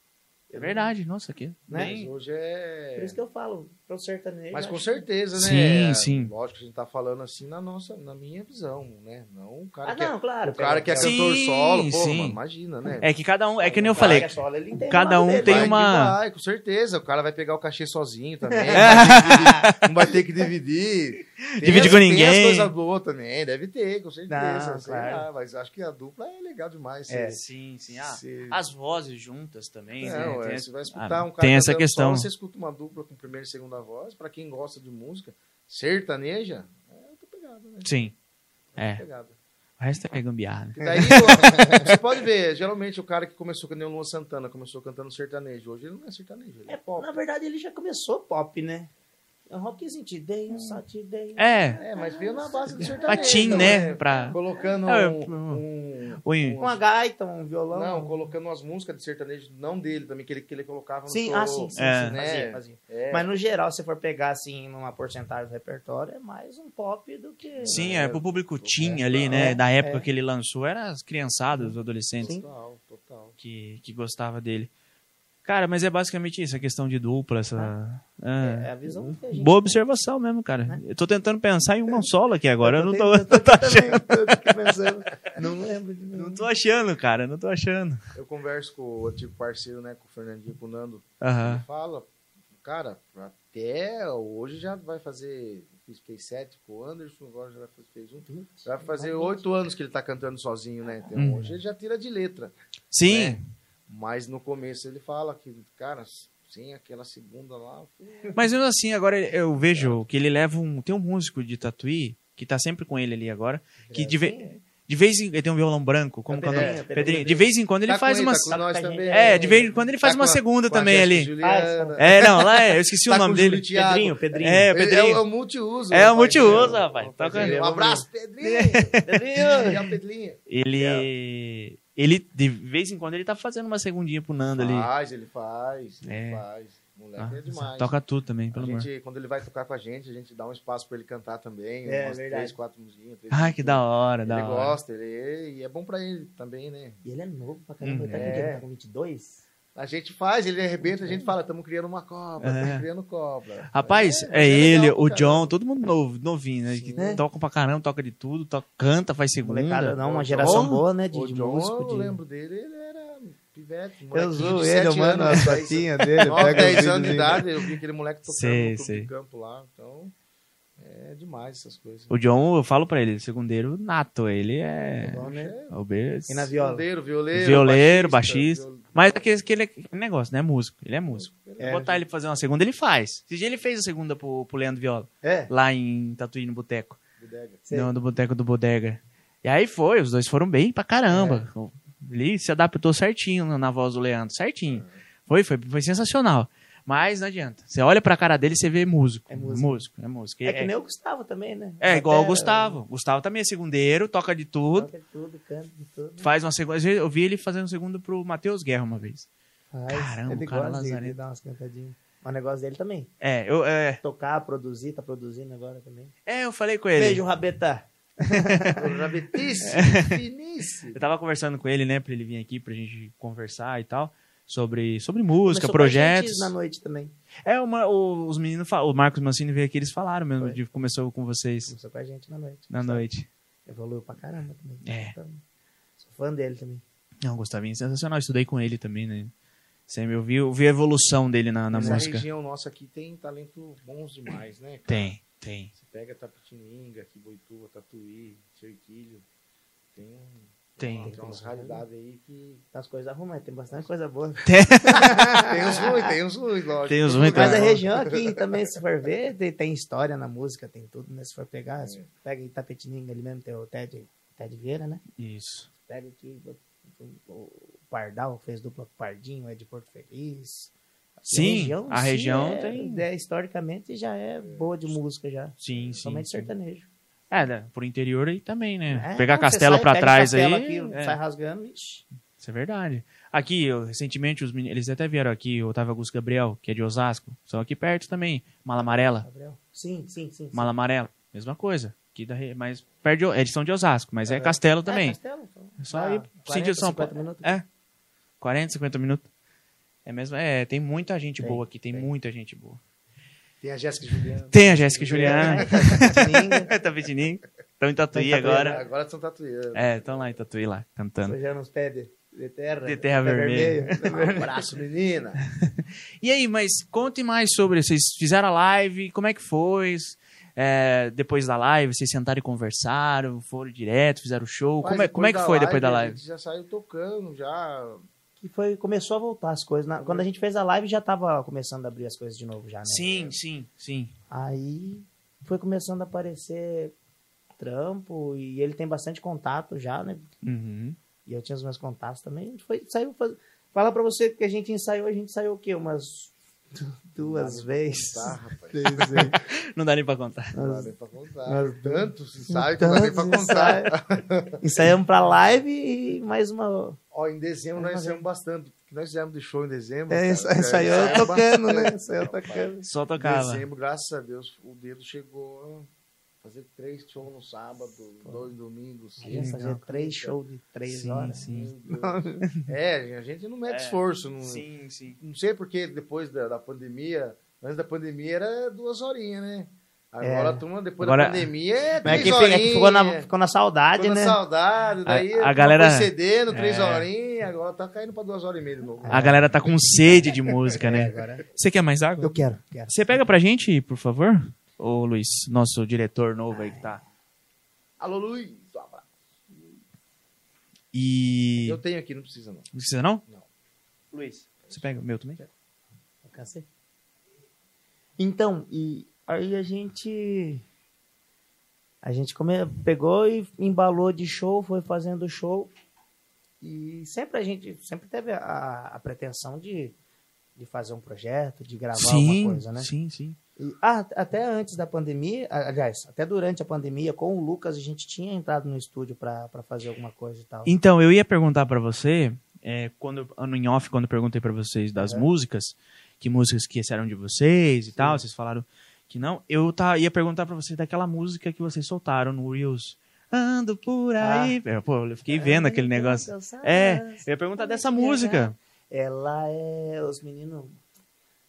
S2: É verdade, nossa, que...
S1: Né?
S3: Mas hoje é.
S1: Por isso que é eu falo, pro sertanejo...
S3: Mas
S1: eu
S3: com
S1: acho
S3: certeza,
S2: Sim,
S3: né?
S2: sim.
S3: Lógico que a gente tá falando assim na nossa, na minha visão, né? Não o
S1: que-
S3: cara
S1: Ah,
S3: que é,
S1: não, claro.
S3: o cara que é
S2: Sim,
S3: cantor solo, pô,
S2: sim.
S3: mano, imagina, né?
S2: É que cada um, é que nem eu
S1: O cara
S2: falei,
S1: que é solo, ele entende
S2: cada
S1: o lado
S2: um
S1: dele. né?
S2: tem
S3: Vai
S2: uma-
S3: que vai, com certeza. O cara vai pegar o cachê sozinho também. não vai ter que dividir- não vai ter que dividir. Tem
S2: Dividir
S3: as-
S2: com
S3: Tem as
S2: ninguém.
S3: coisas boas também, deve ter, com certeza.
S1: Não,
S3: sei
S1: claro.
S3: lá, mas acho que a dupla é legal demais.
S1: É,
S2: Sim, sim. Ah,
S3: Você,
S2: as vozes juntas também,
S3: não,
S2: né?
S3: é,
S2: Tem
S3: você
S2: essa-
S3: vai escutar
S2: Ah,
S3: um cara
S2: tem essa
S3: cantando
S2: questão.
S3: solo, você escuta uma dupla com primeira e segunda voz. Pra quem gosta de música, sertaneja, é outra pegada, né?
S2: Sim. É.
S3: Outra pegada.
S2: O resto é gambiarra. né?
S3: E daí, o- você pode ver, geralmente o cara que começou, que nem o Luan Santana, começou cantando sertanejo. Hoje ele não é sertanejo, ele é
S1: É
S3: pop.
S1: Na verdade, ele já começou pop, né? É um rockzinho, te dei um só te dei um
S2: Hum. É,
S3: É, mas veio na base do sertanejo. então,
S2: patim, né? Pra...
S3: Colocando
S2: É,
S3: um, um-
S2: Oi.
S1: Uma gaita, um violão.
S3: Não, colocando umas músicas de sertanejo, não dele também, que ele, que ele colocava no
S1: Sim,
S3: seu-
S1: ah, sim, sim,
S2: É.
S1: sim,
S3: Né?
S1: fazia, fazia.
S3: É,
S1: Mas no geral, se for pegar assim numa porcentagem do repertório, é mais um pop do que.
S2: Sim, é pro público teen
S3: É,
S2: ali, né?
S1: é,
S2: da época
S1: é.
S2: que ele lançou, era as criançadas, os
S1: assim?
S2: adolescentes
S3: total, total.
S2: que, que gostava dele. Cara, mas é basicamente isso, a questão de dupla, essa.
S1: É,
S2: é.
S1: é a visão que a gente.
S2: Boa observação mesmo, cara. Eu tô tentando pensar em uma sola aqui agora, eu não tô,
S1: Eu tô, também, eu tô pensando. Não lembro de
S2: não
S1: nenhum.
S2: tô achando, cara, não tô achando.
S3: Eu converso com o antigo parceiro, né, com o Fernandinho, com o Nando,
S2: Aham.
S3: ele fala, cara, até hoje já vai fazer, fiz- fez sete com o Anderson, agora já fez- fez um, já vai fazer oito anos que ele tá cantando sozinho, né, então
S2: Hum.
S3: hoje ele já tira de letra.
S2: Sim,
S3: Mas no começo ele fala que, cara, sem aquela segunda lá. pô,
S2: Mas mesmo assim, agora eu vejo que ele leva um. Tem um músico de tatuí que tá sempre com ele ali agora. Que de, ve- de vez em ele tem um violão branco,
S1: É
S2: como
S1: o
S2: quando.
S1: Pedrinho, é o
S2: Pedrinho.
S1: Pedrinho.
S2: De vez em quando ele
S3: tá com
S2: faz uma.
S3: tá com
S1: Tá
S3: nós
S1: com a
S3: também,
S1: gente.
S2: É, de vez em quando ele faz
S3: Tá
S2: uma
S3: com a-
S2: segunda
S3: com a
S2: também
S3: Jéssica
S2: ali.
S3: Juliana.
S2: É, não, lá é, eu esqueci
S3: Tá
S2: o
S3: com
S2: nome
S3: o Júlio
S2: dele.
S3: Thiago.
S1: Pedrinho, Pedrinho.
S2: É,
S3: Ele
S2: Pedrinho.
S3: É o multiuso.
S2: É o
S3: rapaz,
S2: multiuso,
S3: Pedrinho.
S2: rapaz. Tá com-
S3: Um abraço, Pedrinho.
S1: Pedrinho.
S3: E a Pedrinha.
S2: Ele. Ele, de vez em quando, ele tá fazendo uma segundinha pro Nando ali.
S3: Faz, ele faz.
S2: É. Ah, tá
S3: Ele faz. O Moleque Ah, é demais.
S2: toca tudo também,
S3: a
S2: pelo amor.
S3: gente, quando ele vai tocar com a gente, a gente dá um espaço pra ele cantar também.
S1: É,
S3: umas
S1: verdade.
S3: três, quatro musiquinhas. três
S2: Ai, que da hora,
S3: Ele
S2: da hora.
S3: gosta, ele, e é bom pra ele também, né?
S1: E ele é novo pra caramba.
S2: Hum,
S1: ele tá com
S3: é.
S1: o quê? Ele tá com 22?
S3: A gente faz, ele arrebenta, a gente fala, estamos criando uma cobra,
S2: É.
S3: estamos criando cobra.
S2: Rapaz, é,
S3: legal,
S2: ele, o
S3: cara.
S2: John, todo mundo novo, novinho, né? Que
S1: Né?
S2: tocam pra caramba, toca de tudo, toca, canta, faz segunda.
S1: Molecada, não,
S3: Ô,
S1: uma geração
S2: John.
S1: boa, né? De,
S2: é
S3: O
S1: de
S3: John,
S1: músico.
S3: eu
S1: de-
S3: lembro dele, ele era pivete,
S4: Eu
S3: molequinho
S4: zoo
S3: de
S4: ele, eu
S3: sete
S4: mando as
S3: anos,
S4: fotinhas dele,
S3: nove,
S4: pega
S3: dez
S4: os
S3: anos de
S4: videozinhos.
S3: idade, eu vi aquele moleque tocando
S2: Sei,
S3: no clube
S2: sei.
S3: de campo lá, então é demais essas coisas.
S2: O John, eu falo pra ele, é segundeiro nato, ele é.
S1: Bom, né?
S2: obeso.
S1: E na viola?
S3: Violeiro, violeiro,
S2: Violeiro, baixista.
S3: viol-
S2: Mas é aquele, aquele, aquele negócio, né? Músico. Ele é músico.
S1: É.
S2: Botar ele pra fazer uma segunda, ele faz. Esse dia ele fez a segunda pro, pro Leandro Viola,
S1: É.
S2: lá em Tatuí, no Boteco.
S3: bodega.
S1: Sei.
S2: Não, no Boteco do Bodega. E aí foi, os dois foram bem pra caramba.
S1: É.
S2: Ele se adaptou certinho na- na voz do Leandro, certinho. Foi, foi, foi sensacional. Mas não adianta. Você olha pra cara dele e você vê músico.
S1: É
S2: É
S1: músico.
S2: músico. É músico.
S1: É que
S2: É-
S1: nem o Gustavo também, né?
S2: é igual o
S1: Até-
S2: Gustavo. Gustavo também é segundeiro, toca de tudo.
S1: Toca de tudo, canta de tudo.
S2: Faz uma segunda. Eu vi ele fazendo segunda pro Matheus Guerra uma vez.
S1: Faz.
S2: Caramba,
S1: ele
S2: o cara
S1: gosta de- de
S2: lazarento.
S1: dar umas cantadinhas. Mas o negócio dele também.
S2: É, eu, é,
S1: Tocar, produzir, tá produzindo agora também.
S2: é, eu falei com ele.
S1: Beijo, Rabeta.
S3: Rabetice, finíssimo.
S2: Eu tava conversando com ele, né, pra ele vir aqui pra gente conversar e tal. Sobre, sobre música,
S1: Começou com a
S2: projetos.
S1: gente Na noite também.
S2: É, uma, o- os meninos, fal- o Marcos Mancini veio aqui, eles falaram mesmo,
S1: Foi.
S2: de, começou com vocês
S1: Começou com a gente na noite.
S2: na noite.
S1: Evoluiu pra caramba também.
S2: É.
S1: Então, sou fã dele também.
S2: Não, o Gustavinho é sensacional, eu estudei com ele também, né. Sempre eu vi, eu vi a evolução dele na, na
S3: Essa
S2: música.
S3: região nossa aqui tem talento bons demais, né? cara?
S2: Tem, tem.
S3: Você pega Tapitininga, Boituva, Tatuí, Cerquilho. Tem um
S2: Tem.
S3: Tem umas raridades aí que.
S1: Tem umas coisas ruins, mas tem bastante coisa boa.
S3: É, tem uns ruins, tem uns ruins, lógico.
S2: Tem uns ruins
S1: Mas a
S2: também.
S1: região aqui também, se for ver, tem, tem história na música, tem tudo, né? Se for pegar,
S2: É.
S1: se pega Itapetininga ali mesmo, tem o Ted, Ted Vieira, né?
S2: Isso.
S1: Pega aqui o, o Pardal, fez dupla com o Pardinho, é de Porto Feliz. E
S2: Sim, a
S1: sim,
S2: região
S1: é-
S2: tem.
S1: é, historicamente já é boa de música, já.
S2: Sim, sim.
S1: Somente
S2: sim.
S1: sertanejo.
S2: É, né, pro interior aí também, né?
S1: É,
S2: Pegar
S1: você
S2: castelo
S1: sai,
S2: pra
S1: pega
S2: trás
S1: Castelo
S2: aí.
S1: aqui,
S2: é,
S1: Sai rasgando, ixi.
S2: isso é verdade. Aqui, eu- recentemente, os meni- eles até vieram aqui, o Otávio Augusto Gabriel, que é de Osasco. São aqui perto também. Mala Amarela.
S1: Gabriel. Sim, sim, sim. sim.
S2: Mala Amarela. Mesma coisa. Aqui da, re- mas perto de, é de São de Osasco, mas é Castelo também.
S1: É, Castelo, então.
S2: É só
S1: Ah,
S2: ir pro sentido de São
S1: 40,
S2: Paulo.
S1: 50 minutos.
S2: É. 40, 50 minutos. É mesmo, é, tem muita gente
S1: Tem,
S2: boa aqui, tem,
S1: tem.
S2: muita gente boa.
S3: Tem a Jéssica Juliana.
S2: Tem a Jéssica Juliana, É.
S1: Itapetininga.
S2: Tapetininho, estão em
S1: Tão em
S2: Tatuí
S1: Tatuí
S2: agora.
S3: Agora são tatueiros.
S2: É, estão lá em Tatuí lá, cantando.
S1: Sujando os é pés de, de terra. né?
S2: De terra
S1: pé
S2: vermelha.
S3: Um abraço, menina.
S2: E aí, mas conte mais sobre, vocês fizeram a live, como é que foi? É, depois da live, vocês sentaram e conversaram, foram direto, fizeram show, como é,
S3: Mas
S2: como é que foi depois da
S3: A
S2: live?
S3: gente já saiu tocando, já.
S1: que foi, começou a voltar as coisas. Na- quando a gente fez a live, já tava começando a abrir as coisas de novo já, né?
S2: Sim, sim, sim.
S1: Aí foi começando a aparecer trampo e ele tem bastante contato já, né?
S2: Uhum.
S1: E eu tinha os meus contatos também. A gente foi, saiu faz... Fala pra você que a gente ensaiou, a gente saiu o quê? Umas du- duas vezes.
S3: Tá, rapaz.
S1: Três vezes.
S2: Não dá nem pra contar.
S3: Não dá
S1: Nós-
S3: nem pra contar.
S1: nós-
S3: Tantos ensaios que não dá nem pra
S1: Tantos
S3: contar.
S1: ensaios. Ensaiamos pra live e mais uma.
S3: Ó, em dezembro nós ensaiamos bastante. porque Nós fizemos de show em dezembro.
S1: É,
S3: cara.
S1: ensa- ensaiou
S3: Ensaiamos
S1: tocando,
S3: bastante.
S1: né? Ensaiou tocando.
S2: Só
S3: Em
S2: tocava.
S3: dezembro, graças a Deus, o dedo chegou a fazer três shows no sábado, dois domingos.
S1: A gente
S2: Sim,
S1: fazia
S2: não. tá
S1: três shows de três
S2: Sim,
S1: horas.
S2: sim.
S3: É, a gente não mete
S2: É,
S3: esforço. Não,
S2: Sim, sim.
S3: não sei porque depois da, da pandemia, antes da pandemia era duas horinhas, né? Agora
S1: Era.
S3: a turma, depois
S2: Agora-
S3: da pandemia, é
S1: Mas
S3: três
S1: é que fica- é
S3: horinhas.
S1: que ficou, na, ficou na saudade,
S3: Ficou na
S1: né?
S3: saudade, daí
S2: a
S3: turma
S2: galera-
S3: foi cedendo, três
S2: É.
S3: horinhas, agora tá caindo pra duas horas e meia de novo.
S2: A galera tá com sede de música,
S1: É,
S2: né?
S1: agora-
S2: Você quer mais água?
S1: Eu quero, quero.
S2: Você pega pra gente, por favor? Ô, Luiz, nosso diretor novo aí que tá.
S3: Alô, Luiz, um abraço.
S2: E.
S3: Eu tenho aqui, não precisa não.
S2: Não precisa, não?
S3: Não.
S2: Luiz. Você pega o meu também?
S1: Eu cansei. Então, e aí a gente. A gente come- pegou e embalou de show, foi fazendo show. E sempre a gente sempre teve a, a pretensão de, de fazer um projeto, de gravar
S2: sim,
S1: alguma coisa, né?
S2: sim, sim.
S1: E, ah, até antes da pandemia, a- aliás, até durante a pandemia, com o Lucas, a gente tinha entrado no estúdio pra pra fazer alguma coisa e tal.
S2: Então, eu ia perguntar pra você, é, quando, ano em off, quando eu perguntei pra vocês das músicas, que músicas que eram de vocês e tal, vocês falaram que não. Eu tá, ia perguntar pra vocês daquela música que vocês soltaram no Reels. Ando por
S1: Ah.
S2: aí. Eu, Pô, eu fiquei vendo aquele negócio. É, eu ia perguntar dessa música.
S1: Ela é. Os meninos.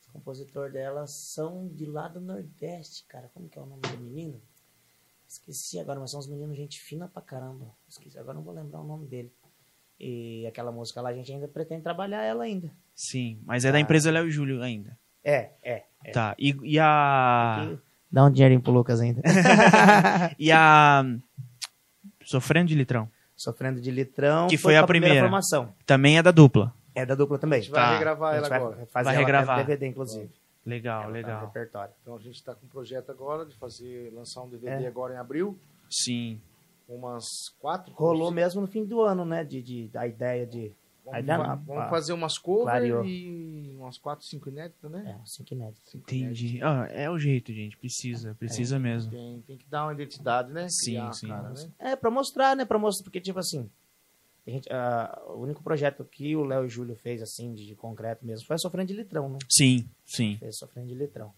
S1: Os compositores dela são de lá do Nordeste, cara. Como que é o nome do menino? Esqueci agora, mas são uns meninos, gente fina pra caramba. Esqueci, agora não vou lembrar o nome dele. E aquela música lá, a gente ainda pretende trabalhar ela ainda.
S2: Sim, mas é da
S1: Ah.
S2: empresa Léo e Júlio ainda.
S1: É, é. é.
S2: Tá. E, e a.
S1: Dá um dinheirinho pro Lucas ainda.
S2: E a. Sofrendo de Litrão.
S1: Sofrendo de litrão.
S2: Que foi a
S1: pra
S2: primeira.
S1: formação.
S2: Também é da dupla.
S1: É da dupla também.
S3: A gente vai
S2: Tá.
S1: A
S3: regravar
S1: gente
S3: ela
S1: vai
S3: agora.
S1: fazer
S2: Vai
S1: ela
S2: regravar.
S1: dentro do DVD, inclusive.
S2: Legal,
S1: Ela tá no
S2: legal.
S1: repertório.
S3: Então a gente está com um projeto agora de fazer, lançar um DVD
S1: É.
S3: agora em abril,
S2: Sim.
S3: umas quatro.
S1: Rolou mesmo no fim do ano, né? De, de, a ideia de.
S3: Vamos,
S1: Aí dá lá,
S3: vamos
S1: pá.
S3: fazer umas covers
S1: Clareou.
S3: e umas quatro, cinco inéditas, né?
S1: É, assim que inédito.
S3: Cinco
S2: Entendi. Ah, é o jeito, gente. Precisa, precisa
S3: inéditas.
S2: mesmo.
S3: Tem, tem que dar uma identidade, né?
S2: Sim,
S3: Criar,
S2: sim.
S3: cara, né?
S1: É, pra mostrar, né? Pra mostrar, porque, tipo assim, a gente, ah, o único projeto que o Léo e o Júlio fez, assim, de, de concreto mesmo, foi a Sofrendo de Litrão, né?
S2: Sim, sim.
S1: Fez Sofrendo de Litrão.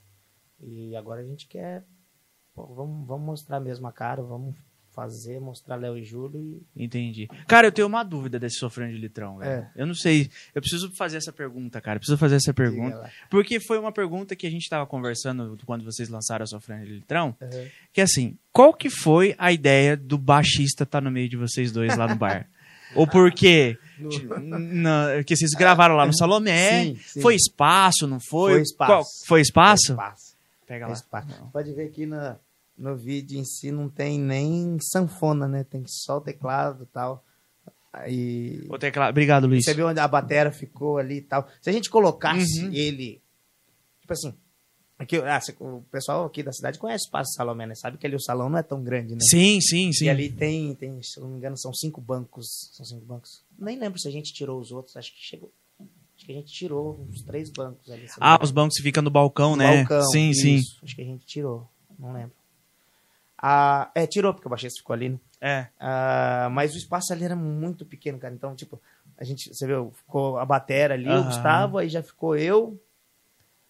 S1: E agora a gente quer, pô, vamos, vamos mostrar mesmo a cara, vamos fazer, mostrar Léo e Júlio e...
S2: Entendi. Cara, eu tenho uma dúvida desse sofrendo de litrão, velho. Eu não sei. Eu preciso fazer essa pergunta, cara. Eu preciso fazer essa pergunta.
S1: Diga lá.
S2: Porque foi uma pergunta que a gente tava conversando quando vocês lançaram a Sofrendo de Litrão.
S1: Uhum.
S2: Que assim, qual que foi a ideia do baixista estar no meio de vocês dois lá no bar? Ou por quê? Tipo,
S3: No-
S2: Na- que vocês gravaram lá no Salomé?
S1: Sim, sim.
S2: É? Foi espaço, não foi?
S1: Foi espaço.
S2: foi espaço?
S1: Espaço.
S2: Pega
S1: Faz
S2: lá.
S1: parte.
S2: Não.
S1: Pode ver que na, no vídeo em si não tem nem sanfona, né? Tem só o teclado e tal. E
S2: O teclado. Obrigado, Luiz.
S1: você vê onde a batera ficou ali e tal. Se a gente colocasse
S2: Uhum.
S1: ele. Tipo assim. Aqui, ah, cê- o pessoal aqui da cidade conhece o Espaço Salomé, né? Sabe que ali o salão não é tão grande, né?
S2: Sim, sim, sim.
S1: E ali tem, tem, se eu não me engano, são cinco bancos. São cinco bancos. Nem lembro se a gente tirou os outros. Acho que chegou. Acho que a gente tirou uns três bancos ali. se eu não me
S2: Ah,
S1: engano.
S2: os bancos que ficam no balcão,
S1: No
S2: né?
S1: balcão,
S2: sim, sim.
S1: isso. Acho que a gente tirou. Não lembro. Ah, é, tirou, porque o baixista ficou ali, né?
S2: É.
S1: Ah, mas o espaço ali era muito pequeno, cara. Então, tipo, a gente, você viu, ficou a batera ali, o
S2: Aham.
S1: Gustavo, aí já ficou eu,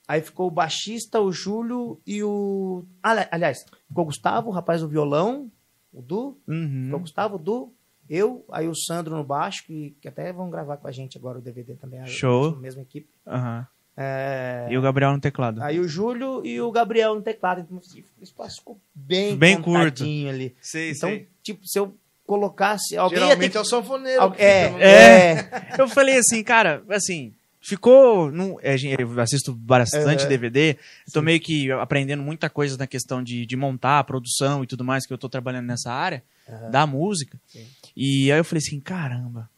S1: aí ficou o baixista, o Júlio e o. Ali- Aliás, ficou o Gustavo, o rapaz do violão, o Du,
S2: Uhum.
S1: ficou o Gustavo, o Du, eu, aí o Sandro no baixo, que, que até vão gravar com a gente agora o DVD também. a-
S2: Show.
S1: A mesma equipe.
S2: Aham.
S1: É,
S2: E o Gabriel no teclado.
S1: Aí o Júlio e o Gabriel no teclado. Então, assim, o espaço ficou bem,
S2: Bem
S1: contadinho ali.
S2: Sei,
S1: Então, tipo, se eu colocasse. Alguém ia ter
S3: Geralmente
S1: que-
S3: é o sanfoneiro.
S1: Al-
S3: que
S1: É,
S3: fica no-
S1: é.
S2: Eu falei assim, cara, assim, ficou. Não, é, gen- eu assisto bastante
S1: Aham.
S2: DVD, tô meio que aprendendo muita coisa na questão de, de montar, produção e tudo mais, que eu tô trabalhando nessa área
S1: Aham.
S2: da música.
S1: Sim.
S2: E aí eu falei assim, caramba.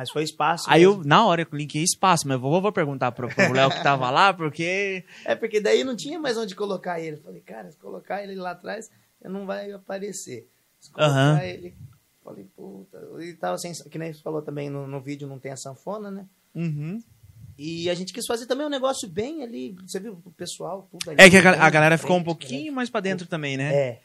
S1: Mas foi espaço.
S2: Aí
S1: mesmo.
S2: eu, na hora, eu linkei espaço, mas eu vou, vou perguntar pro pro Léo que tava lá, porque.
S1: É porque daí não tinha mais onde colocar ele. Eu Falei, cara, se colocar ele lá atrás, não vai aparecer. Se colocar
S2: Aham.
S1: ele. Falei, puta. E tava sem. Que nem você falou também no, no vídeo, não tem a sanfona, né?
S2: Uhum.
S1: E a gente quis fazer também um negócio bem ali. Você viu o pessoal, tudo ali.
S2: É que a, gal-
S1: bem
S2: a galera ficou um
S1: frente,
S2: pouquinho mais pra dentro também,
S1: né?
S2: né?
S1: É.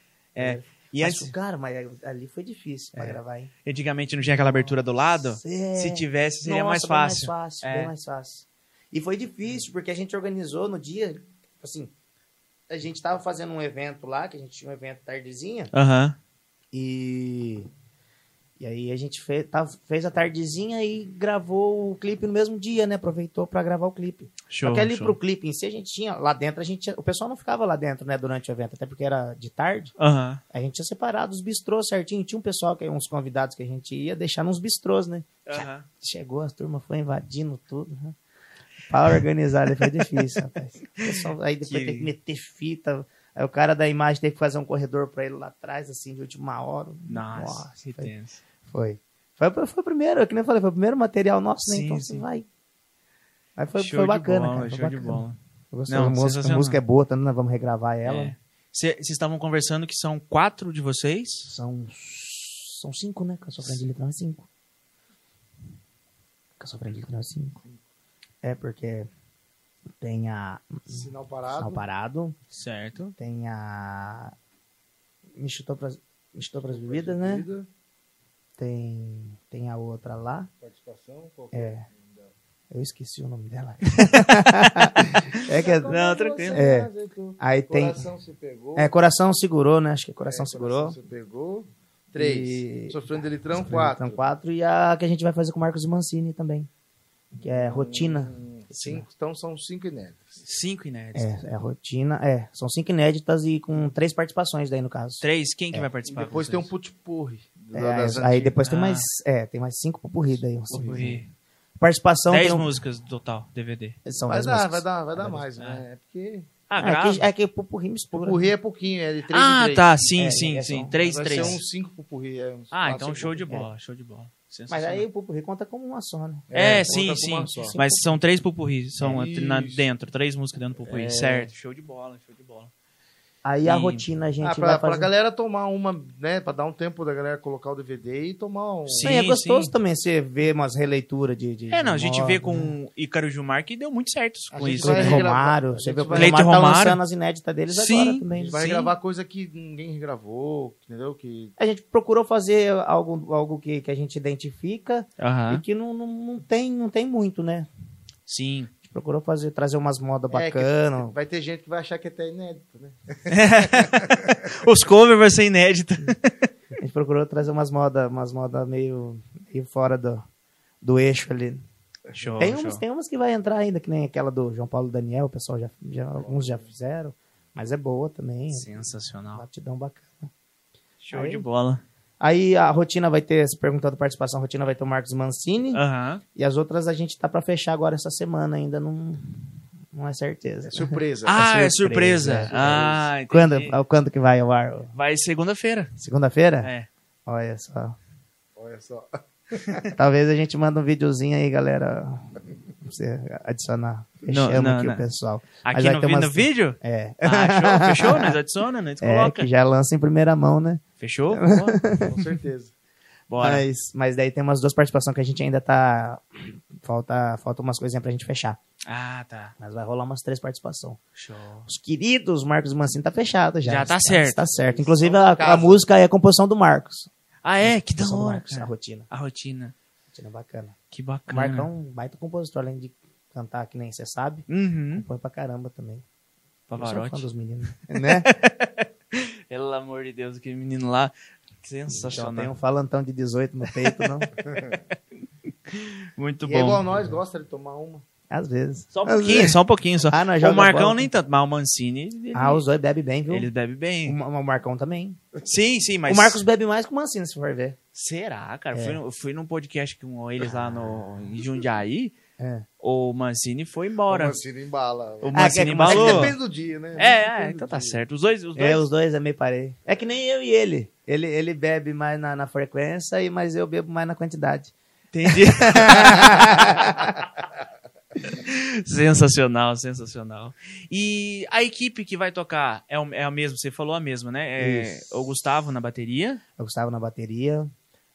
S2: É. E
S1: E mas,
S2: antes-
S1: cara, mas ali foi difícil pra gravar, hein?
S2: antigamente não tinha aquela abertura do lado.
S1: É.
S2: Se tivesse, seria
S1: Nossa,
S2: mais
S1: bem
S2: fácil.
S1: mais fácil,
S2: É.
S1: bem mais fácil. E foi difícil, porque a gente organizou no dia, assim, a gente tava fazendo um evento lá, que a gente tinha um evento tardezinha,
S2: Aham.
S1: e... E aí a gente fez, tava- fez a tardezinha e gravou o clipe no mesmo dia, né? Aproveitou pra gravar o clipe.
S2: Show.
S1: Só que ali
S2: show.
S1: pro clipe em si, a gente tinha... Lá dentro, a gente... tinha- O pessoal não ficava lá dentro, né? Durante o evento, até porque era de tarde.
S2: Aham.
S1: A gente tinha separado os bistrôs certinho. Tinha um pessoal, que uns convidados que a gente ia deixar nos bistrôs, né?
S2: Aham.
S1: Chegou, as turmas foi invadindo tudo. Né? Para organizar, ali foi difícil, rapaz. O pessoal- Aí depois
S2: Que-
S1: teve que meter fita. Aí o cara da imagem teve que fazer um corredor pra ele lá atrás, assim, de última hora.
S2: Nossa, que
S1: foi.
S2: tenso.
S1: Foi. Foi, foi, o primeiro, que nem eu falei, foi o primeiro material nosso, né?
S2: Sim,
S1: então
S2: sim.
S1: você vai. Aí foi,
S2: Show
S1: foi
S2: de
S1: bacana,
S2: bola,
S1: cara. Foi
S2: show de
S1: bacana.
S2: bola.
S1: Eu gostei
S2: Não,
S1: da música. A
S2: sensacional.
S1: música é boa, tá? Nós vamos regravar ela.
S2: É. Cê- Vocês estavam conversando que são quatro de vocês?
S1: São, são cinco, né? Com a sua frente de letrão é cinco. Com a sua frente de letrão é cinco. É, porque tem a
S3: Sinal
S1: Sinal
S3: parado.
S1: Parado,
S2: Certo.
S1: tem a Me Chutou Pras, Me Chutou pras Bebidas, né?
S3: Vida,
S1: Tem, tem a outra lá.
S3: Participação. qual que
S1: É. Eu esqueci o nome dela. é que...
S2: Não, tranquilo.
S1: É.
S3: Coração
S1: Aí tem...
S3: se pegou.
S1: É, Coração Segurou, né? Acho que é Coração Segurou.
S3: Coração se pegou. Três.
S1: E-
S3: Sofrendo de litrão, quatro.
S1: São quatro. E a que a gente vai fazer com o Marcos Mancini também. Que é Rotina.
S3: Hum, Cinco, então são cinco inéditos.
S2: Cinco inéditos.
S1: É, é a rotina. É, são cinco inéditas e com três participações daí no caso.
S2: Três, quem que vai
S3: E
S2: participar? com
S3: depois tem
S2: vocês?
S3: um putipurri.
S1: É, aí depois tem
S2: Ah.
S1: mais, é, tem mais cinco popurri daí. uns cinco.
S2: Popurrí.
S1: Participação
S2: Dez
S1: tem um-
S2: músicas total, DVD.
S1: são
S3: Vai
S1: dez
S3: dar,
S1: músicas.
S3: vai dar, vai dar
S1: Vai
S3: mais, né? É porque
S2: Ah,
S1: Ah, é,
S2: grava.
S1: que, é que popurri mistura.
S3: pupurri é pouquinho, é de três em
S2: Ah,
S3: três.
S2: tá, sim,
S1: É,
S2: sim,
S1: é só-
S2: sim. Três,
S3: Vai
S2: três.
S3: ser um uns cinco pupurri. É, uns
S2: Ah,
S3: quatro,
S2: então
S3: cinco
S2: show de
S3: pupurri.
S2: bola, show de bola.
S1: Mas
S2: Sensacional.
S1: aí o popurri conta como uma só, né?
S2: É,
S3: conta
S2: sim,
S3: com
S2: sim.
S3: uma só.
S2: Mas são três pupurri, são
S3: Isso.
S2: na- dentro, três músicas dentro do pupurri,
S3: É.
S2: certo? É Show de bola, show de bola.
S1: Aí a
S2: E-
S1: rotina a gente
S3: Ah,
S1: vai
S3: pra, pra
S1: fazer.
S3: galera tomar uma, né? Pra dar um tempo da galera colocar o DVD e tomar um.
S2: Sim.
S1: Não, e é gostoso também você ver umas releituras de, de-
S2: É, não, a
S1: de
S2: gente
S1: moda,
S2: vê
S1: né?
S2: com o Ícaro Gilmar que deu muito certo
S3: A
S2: com
S3: gente
S2: isso.
S1: Cleiton
S3: vai
S2: né?
S3: regravar.
S1: Romário,
S3: A
S1: você
S3: gente
S1: vê o
S3: vai-
S1: Cleiton
S2: Cleiton
S1: Romário tá
S2: Romário.
S1: lançando as inéditas deles
S2: Sim.
S1: agora também.
S3: A
S1: né?
S3: gente vai
S2: Sim.
S3: gravar coisa que ninguém gravou, entendeu? Que
S1: A gente procurou fazer algo, algo que, que a gente identifica
S2: Aham.
S1: e que não, não, não tem, não tem muito, né?
S2: Sim.
S1: A gente procurou fazer, trazer umas modas
S3: É, que-
S1: bacanas.
S3: vai ter gente que vai achar que é até inédito, né?
S2: Os covers vai ser inédito.
S1: A gente procurou trazer umas modas umas moda meio, meio fora do, do eixo ali.
S2: Show,
S1: tem,
S2: show.
S1: umas, tem umas que vai entrar ainda, que nem aquela do João Paulo Daniel, o pessoal já, já- alguns já fizeram, mas é boa também.
S2: Sensacional.
S1: Batidão bacana.
S2: Show
S1: Aí-
S2: de bola.
S1: Aí a rotina vai ter, se perguntando participação, a rotina vai ter o Marcos Mancini
S2: Aham.
S1: e as outras a gente tá pra fechar agora essa semana, ainda não, não é certeza.
S3: É surpresa.
S2: Ah, é surpresa.
S1: surpresa.
S2: Ah, entendi. É.
S1: Quando, É. quando que vai ao ar?
S2: Vai segunda-feira.
S1: Segunda-feira?
S2: É.
S1: Olha só.
S3: Olha só.
S1: Talvez a gente manda um videozinho aí, galera. Pra você adicionar.
S2: Não,
S1: Fechamos
S2: não,
S1: aqui
S2: não.
S1: o pessoal. Mas
S2: Aqui
S1: vai
S2: no,
S1: ter
S2: vi-
S1: umas-
S2: no vídeo?
S1: É.
S2: Ah, show, fechou? Nós adiciona, nós
S1: É,
S2: coloca.
S1: que já lança em primeira mão, né?
S2: Fechou? Boa.
S3: Com certeza.
S2: Bora.
S1: Mas, mas daí tem umas duas participações que a gente ainda tá. Falta, falta umas coisinhas pra gente fechar.
S2: Ah, tá.
S1: Mas vai rolar umas três participações.
S2: Show.
S1: Os queridos, Marcos Mancini tá fechado já.
S2: Já tá
S1: Isso
S2: certo.
S1: isso Tá certo. Inclusive,
S3: Só na
S1: a, a
S3: casa.
S1: música é a composição do Marcos.
S2: Ah, é? Que da
S1: Composição do
S2: hora,
S1: Marcos, a
S2: cara.
S1: rotina.
S2: A rotina.
S1: Rotina bacana.
S2: Que
S1: O
S2: bacana.
S1: Marcão, é um baita compositor, além de cantar que nem você sabe.
S2: Uhum.
S1: Põe pra caramba também. Eu sou fã
S2: Pavarotti.
S1: dos meninos. Né?
S2: Pelo amor de Deus, aquele menino lá.
S1: Só
S2: Sensacional.
S1: tem um falantão de 18 no peito, não? um-
S2: Muito
S3: E é igual
S2: bom.
S3: nós, gosta de tomar uma.
S1: Às vezes.
S2: Só um
S1: Às
S2: pouquinho,
S1: vezes.
S2: só um pouquinho. Só.
S1: Ah, nós
S2: o
S1: joga
S2: Marcão
S1: bola.
S2: nem tanto, mas o Mancini, ele,
S1: Ah, os dois bebem bem, viu?
S2: ele bebe bem.
S1: O, Ma- o Marcão também.
S2: Sim, sim,
S1: O
S2: mas...
S1: Marcos bebe mais que o Mancini, se for ver.
S2: Será, cara?
S1: É. Ah.
S2: Fui, no- fui num podcast com eles lá no em Jundiaí,
S1: É.
S2: o Mancini foi embora.
S3: O Mancini embala. É
S2: O
S1: Ah,
S2: Mancini
S1: que-
S2: embalou.
S3: Depende do dia, né?
S2: É, é,
S3: Depende
S2: então
S3: do
S2: tá
S3: dia.
S2: certo. Os dois, os dois.
S1: É, os dois é meio parei. É que nem eu e ele. Ele, ele bebe mais na, na frequência, e mas eu bebo mais na quantidade.
S2: Entendi. sensacional, sensacional. E a equipe que vai tocar é, o, é a mesma, você falou a mesma, né? É
S1: Isso.
S2: o Gustavo na bateria.
S1: O Gustavo na bateria.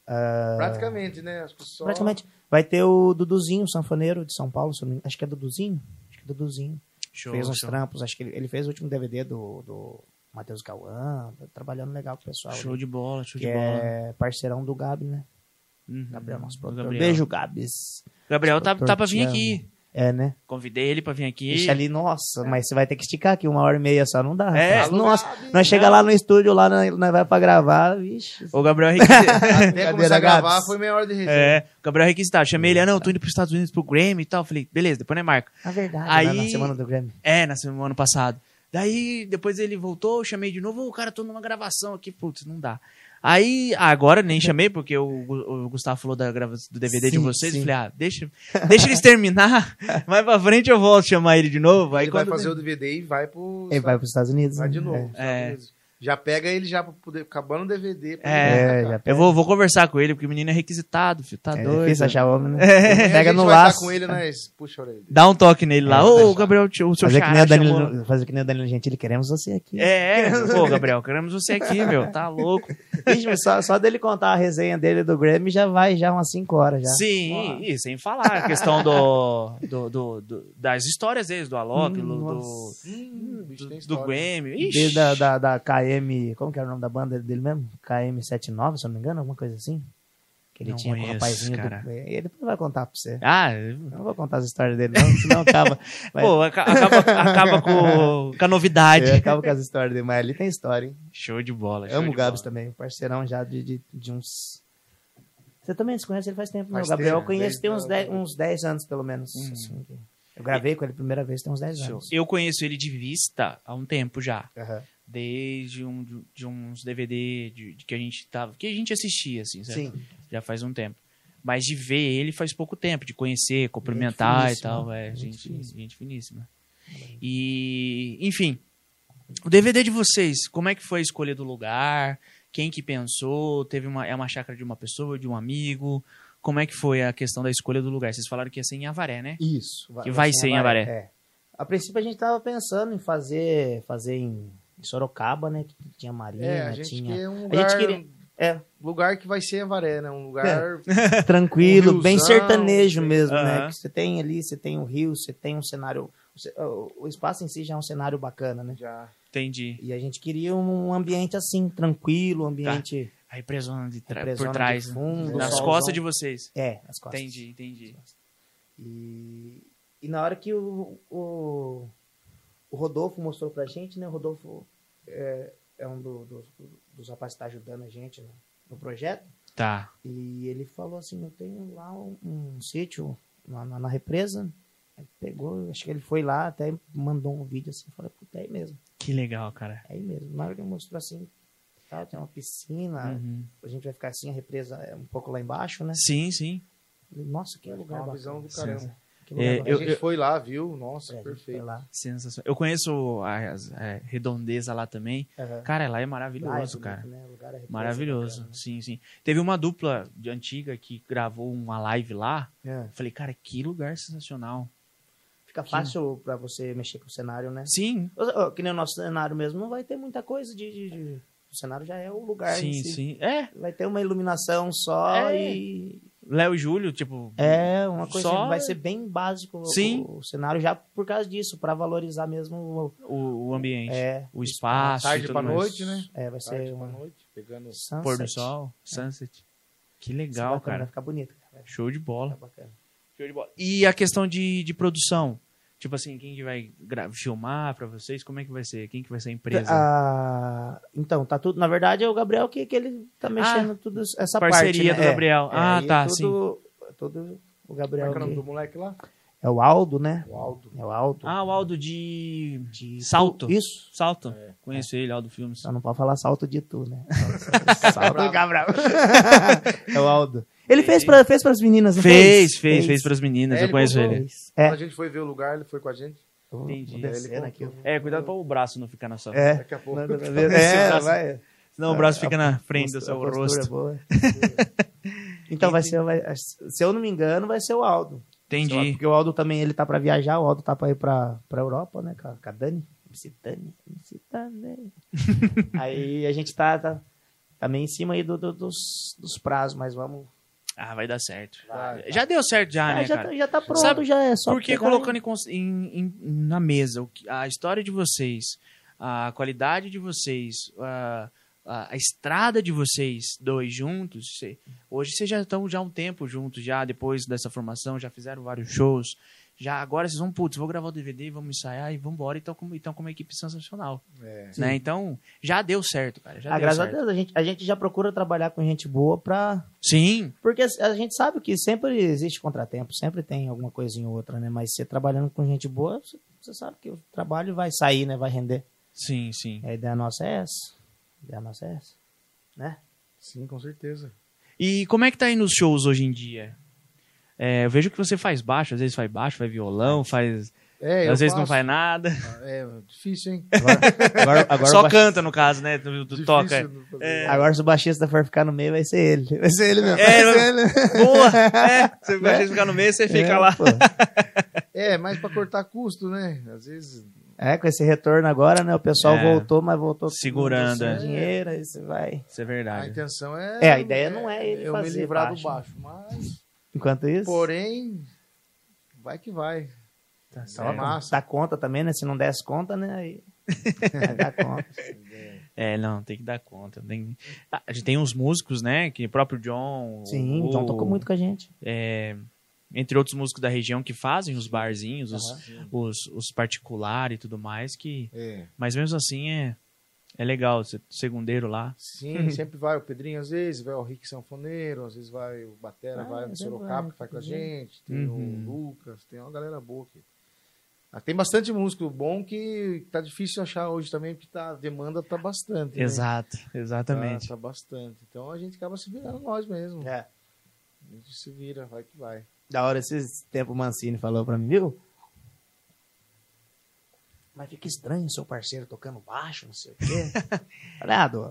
S1: ah,
S3: Praticamente, né? Acho que só...
S1: praticamente. Vai ter o Duduzinho, sanfoneiro de São Paulo. se eu não me engano. Acho que é Duduzinho. Acho que é Duduzinho.
S2: Show,
S1: fez um uns
S2: show.
S1: trampos. Acho que ele, ele fez o último DVD do, do Matheus Cauã. Tá trabalhando legal com o pessoal.
S2: Show
S1: ali,
S2: de bola, show
S1: que
S2: de bola.
S1: é parceirão do Gabi, né?
S2: Uhum.
S1: Gabriel, nosso
S2: Do
S1: produtor.
S2: Gabriel.
S1: Beijo, Gabs.
S2: Gabriel tá,
S1: Doutor,
S2: tá pra
S1: te
S2: vir
S1: amo.
S2: aqui.
S1: É, né?
S2: Convidei ele pra vir aqui.
S1: Deixa ali, nossa, mas você vai ter que esticar aqui uma hora e meia só, não dá.
S2: É.
S1: rapaz.
S3: Alô,
S1: nossa,
S3: Gabi.
S1: nós chega lá no estúdio, lá nós nós vai pra gravar, vixe.
S2: O Gabriel Henrique. tá,
S3: Até começar a
S1: Gabs.
S3: gravar foi meia hora de resenha.
S2: É, o Gabriel requisitado. Chamei ele, ah, não, tô indo pros Estados Unidos pro Grammy e tal. Falei, beleza, depois não é marca.
S1: Na verdade,
S2: Aí-
S1: né, na semana do Grammy.
S2: É, na semana, no ano passado. Daí, depois ele voltou, eu chamei de novo, o cara, tô numa gravação aqui, putz, não dá. Aí, agora nem chamei, porque o, Gu- o Gustavo falou da grava do DVD de
S1: Sim,
S2: vocês.
S1: sim.
S2: Falei, ah, deixa, deixa eles terminar, mais pra frente eu volto chamar ele de novo. Aí
S3: Ele vai
S2: quando.
S3: fazer o DVD e vai pro...
S1: Ele vai pros Estados Unidos.
S3: Vai
S1: né?
S3: de novo.
S2: É.
S3: Estados Unidos. Já pega ele já pra poder... Acabando o DVD. pra
S1: É,
S2: É,
S3: ele
S1: é,
S3: voltar,
S1: já
S2: Eu vou, vou conversar com ele, porque o menino é requisitado, filho, tá
S1: É
S2: doido.
S1: difícil achar homem, né?
S3: Amanhã a
S1: Pega
S3: gente
S1: no
S3: vai tá
S1: laço.
S3: com ele, nós... Puxa a orelha dele.
S2: Dá um toque nele lá.
S1: É,
S2: Ô,
S3: deixa.
S2: Gabriel, o seu
S1: Fazer que, nem
S2: xará
S1: o
S2: chamou-
S1: Danilo, fazer que nem o Danilo Gentili, queremos você aqui.
S2: É, é. pô, Gabriel, queremos você aqui, meu. Tá louco.
S1: Vixe, mas só, só dele contar a resenha dele do Grammy já vai já umas 5 horas já.
S2: Sim, e sem falar a questão do, do, do- do- das histórias deles, do Alok, do, do,
S1: Hum, Nossa.
S3: Hum, o bicho tem
S2: do,
S3: história.
S2: Grammy. Ixi.
S1: Desde da, da, da KM, como que era o nome da banda dele mesmo? KM79, se eu não me engano, alguma coisa assim. Que ele
S2: Não
S1: tinha com o
S2: conheço,
S1: rapazinho. do-
S2: cara.
S1: Ele depois vai contar pra você.
S2: Ah,
S1: Eu não vou contar as histórias dele, não, senão acaba. Mas-
S2: pô, aca- acaba, acaba com, com a novidade.
S1: Eu acabo com as histórias dele, mas ali tem história, hein?
S2: Show de bola. show
S1: É. Amo o
S2: de
S1: Gabs
S2: bola.
S1: também, um parceirão já de, de, de uns. Você também se conhece, ele faz tempo, né? O
S3: Faz
S1: Gabriel
S3: tempo,
S1: eu conheço
S3: desde
S1: tem
S3: a-
S1: uns 10, uns 10 anos, pelo menos. assim, que- eu gravei com ele a primeira vez, tem uns 10
S2: Hum. Show.
S1: anos.
S2: Eu conheço ele de vista há um tempo já.
S1: Aham.
S2: Desde um, de- de uns DVD de, de que a gente tava. Que a gente assistia, assim, sabe?
S1: Sim.
S2: Já faz um tempo. Mas de ver ele faz pouco tempo, de conhecer, cumprimentar e
S1: finíssima.
S2: tal. É,
S1: Gente
S2: gente, gente finíssima.
S1: finíssima.
S2: E, enfim, o DVD de vocês, como é que foi a escolha do lugar? Quem que pensou? Teve uma, é uma chácara de uma pessoa, de um amigo? Como é que foi a questão da escolha do lugar? Vocês falaram que ia ser em Avaré, né?
S1: Isso.
S2: Que vai ser em Avaré.
S1: É. A princípio a gente tava pensando em fazer, fazer em, em Sorocaba, né? Que tinha marinha,
S3: É, a gente
S1: tinha.
S3: quer um lugar...
S1: queria- É,
S3: Lugar que vai ser Avaré, né? Um lugar... Um
S1: tranquilo,
S3: riozão,
S1: bem sertanejo mesmo, né?
S2: Aham.
S1: Que você tem ali, você tem o rio, você tem um cenário. O o espaço em si já é um cenário bacana, né?
S3: Já...
S2: Entendi.
S1: E a gente queria um ambiente assim, tranquilo, um ambiente.
S2: A represona de tra-
S1: represona de
S2: É, por trás, né?
S1: fundo,
S2: nas
S1: solzão.
S2: costas de vocês.
S1: É, as costas.
S2: Entendi, entendi.
S1: E, e na hora que o, o, o Rodolfo mostrou pra gente, né? O Rodolfo é, é um do- dos, dos rapazes que tá ajudando a gente no, no projeto.
S2: Tá.
S1: E ele falou assim, eu tenho lá um, um sítio na, na, na represa. Aí pegou, acho que ele foi lá, até mandou um vídeo assim, falei, puta, é aí mesmo,
S2: Que legal, cara.
S1: é aí mesmo. Na hora que ele mostrou assim, tal, tem uma piscina,
S2: Uhum.
S1: a gente vai ficar assim, a represa é um pouco lá embaixo, né?
S2: Sim, sim.
S1: Falei, Nossa, que
S3: Vai ficar
S1: lugar
S3: uma
S1: bacana.
S3: visão do caramba.
S1: Que
S2: É,
S1: lugar
S3: a
S2: eu-
S3: gente
S2: eu-
S3: foi lá, viu? Nossa,
S1: bacana. É, a gente foi
S3: perfeito.
S1: lá.
S2: Sensacional. Eu conheço a, as- a redondeza lá também.
S1: Aham.
S2: Cara, lá é
S1: Lá é
S2: maravilhoso,
S1: bonito,
S2: cara.
S1: né? O lugar é repousado,
S2: Maravilhoso, sim, sim. Teve uma dupla de antiga que gravou uma live lá.
S1: bacana.
S2: Eu falei, cara, que lugar
S1: É.
S2: sensacional.
S1: né? Fica fácil pra você mexer com o cenário, né?
S2: Sim,
S1: Ô, ô, Que nem o nosso cenário mesmo, não vai ter muita coisa de. de- de- O cenário já é o lugar. em
S2: sim,
S1: si.
S2: sim. É,
S1: Vai ter uma iluminação só
S2: É.
S1: e.
S2: Léo e Júlio, tipo,
S1: É, uma coisa
S2: Só-
S1: que vai ser bem básico o-
S2: Sim.
S1: O, cenário já por causa disso, pra valorizar mesmo
S2: o, o
S1: o,
S2: ambiente,
S1: é,
S2: o espaço. e
S3: Tarde
S2: tudo
S3: pra
S2: mais.
S3: noite, né?
S1: é, vai
S3: Tarde
S1: ser
S3: pra
S1: uma
S3: noite. Pegando
S1: sunset.
S2: tipo,
S1: é
S2: Pôr do sol, sunset. Que legal,
S1: Vai ficar- Vai
S2: cara.
S1: ficar bonito, cara. Vai
S2: Show de bola.
S1: ficar bacana.
S2: Show de bola. E a questão de, de produção? Tipo assim, quem que vai gra- filmar pra vocês? Como é que vai ser? Quem que vai ser a empresa?
S1: Ah, então, tá tudo. Na verdade, é o Gabriel que, que ele tá mexendo tudo essa
S2: Ah, Parceria
S1: parte.
S2: do
S1: né? É,
S2: Gabriel.
S1: é,
S2: ah,
S1: e
S2: tá, sim.
S1: tudo, sim. Tudo o
S3: Como é
S1: Gabriel.
S3: que é o nome
S1: que-
S3: do moleque lá?
S1: É o Aldo, né?
S3: O Aldo.
S1: É o Aldo.
S2: Ah, o Aldo de
S1: de
S2: Salto.
S1: Tu- Isso.
S2: Salto.
S3: É.
S2: Conheço ele, Aldo Filmes.
S1: Só não pode falar salto de tu, né?
S3: Bravo.
S1: Salto Gabriel. é o Aldo. Ele fez pra, fez pras meninas, não
S2: Fez, fez, fez pras meninas,
S3: É,
S2: eu
S3: ele
S2: conheço
S3: botou.
S2: ele.
S1: Fez. É.
S3: Quando a gente foi ver o lugar, ele foi com a gente.
S1: Tô
S2: Entendi.
S1: descendo
S3: Ele
S1: aqui.
S3: contou.
S2: É, cuidado pra o braço não ficar na sua.
S1: É.
S3: Daqui a pouco.
S1: É, vai.
S2: Senão o braço
S1: A-
S2: fica na frente do
S1: Postura-
S2: seu
S1: a postura é
S2: rosto.
S1: boa. então vai ser, vai- se eu não me engano, vai ser o Aldo. Sei lá,
S2: Entendi.
S1: Porque o Aldo também, ele tá pra viajar, o Aldo tá pra ir pra, pra Europa, né, com a, com a Dani. MC Dani, MC Dani. aí a gente tá, tá também em cima aí do- do- dos, dos prazos, mas vamos...
S2: Ah, vai dar certo.
S3: Vai, vai.
S2: Já deu certo já,
S1: Ah,
S2: né,
S1: já,
S2: cara?
S1: tá, já tá pronto,
S2: Sabe
S1: já é só
S2: Porque
S1: pegar
S2: colocando em cons- em- em- na mesa o que- a história de vocês, a qualidade de vocês, a, a- a estrada de vocês dois juntos, cê- hoje vocês já estão já há um tempo juntos, já depois dessa formação, já fizeram vários shows, já agora vocês vão, putz, vou gravar o DVD, vamos ensaiar e vamos embora, então como, então, com uma equipe sensacional,
S3: É.
S2: né? Então, já deu certo, cara, já
S1: Ah,
S2: deu
S1: graças
S2: certo.
S1: a Deus, a gente, a gente já procura trabalhar com gente boa pra.
S2: Sim,
S1: Porque a- a gente sabe que sempre existe contratempo, sempre tem alguma coisinha ou outra, né? Mas você trabalhando com gente boa, você- você sabe que o trabalho vai sair, né? Vai render.
S2: sim, sim.
S1: A ideia nossa é essa. A ideia nossa é essa. Né?
S3: Sim, com certeza.
S2: E como é que tá aí nos shows hoje em dia? É, eu vejo que você faz baixo, às vezes faz baixo, faz violão, faz
S3: É, eu
S2: Às vezes não né?
S3: faço.
S2: faz nada.
S3: É difícil, hein?
S1: Agora, agora, agora o
S2: Só
S1: baix-
S2: canta, no caso, né? Tu, tu
S3: Difícil
S2: toca.
S3: não fazer.
S1: Agora se o baixista for ficar no meio, vai ser ele. Vai ser ele mesmo.
S2: É,
S1: vai ser ele.
S2: Boa! É, você vai ficar no meio, você fica
S1: É,
S2: lá.
S1: pô.
S3: É, mas pra cortar custo, né? Às vezes.
S1: É, com esse retorno agora, né? O pessoal
S2: É.
S1: voltou, mas voltou
S2: Segurando,
S1: sem
S2: é.
S1: dinheiro, aí você vai.
S2: Isso é
S3: A
S2: verdade.
S3: intenção é.
S1: É, a ideia não é ele
S3: eu
S1: fazer
S3: me livrar do
S1: baixo.
S3: baixo, mas.
S1: Enquanto isso.
S3: Porém, vai que vai.
S2: Tá
S3: Tá
S2: certo.
S3: massa.
S1: Dá conta também, né? Se não desse conta, né? Aí. Aí dá conta.
S2: É, não, tem que dar conta. Tem... Ah, A gente tem uns músicos, né? Que o próprio John.
S1: Sim,
S2: o-
S1: então tocou muito com a gente.
S2: é, entre outros músicos da região que fazem os barzinhos, os,
S3: Sim.
S2: os, os particulares e tudo mais. que
S3: É.
S2: Mas mesmo assim é, é legal. Você segundeiro lá.
S3: Sim, sempre vai o Pedrinho, às vezes, vai o Rick Sanfoneiro, às vezes vai o Batera,
S1: Ah,
S3: vai
S1: sempre
S3: o Sorocaba,
S1: vai,
S3: que faz com a
S1: uhum.
S3: gente, tem
S2: Uhum.
S3: o Lucas, tem uma galera boa aqui. Ah, tem bastante músico bom que tá difícil achar hoje também, porque tá, a demanda tá bastante. né?
S2: Exato, exatamente.
S3: Tá, tá bastante. Então a gente acaba se virando nós mesmo.
S1: É.
S3: A gente se vira, vai que vai.
S1: Da hora esse tempo o Mancini falou pra mim, viu? Mas fica estranho seu parceiro tocando baixo, não sei o quê. Falei, ah, Dô,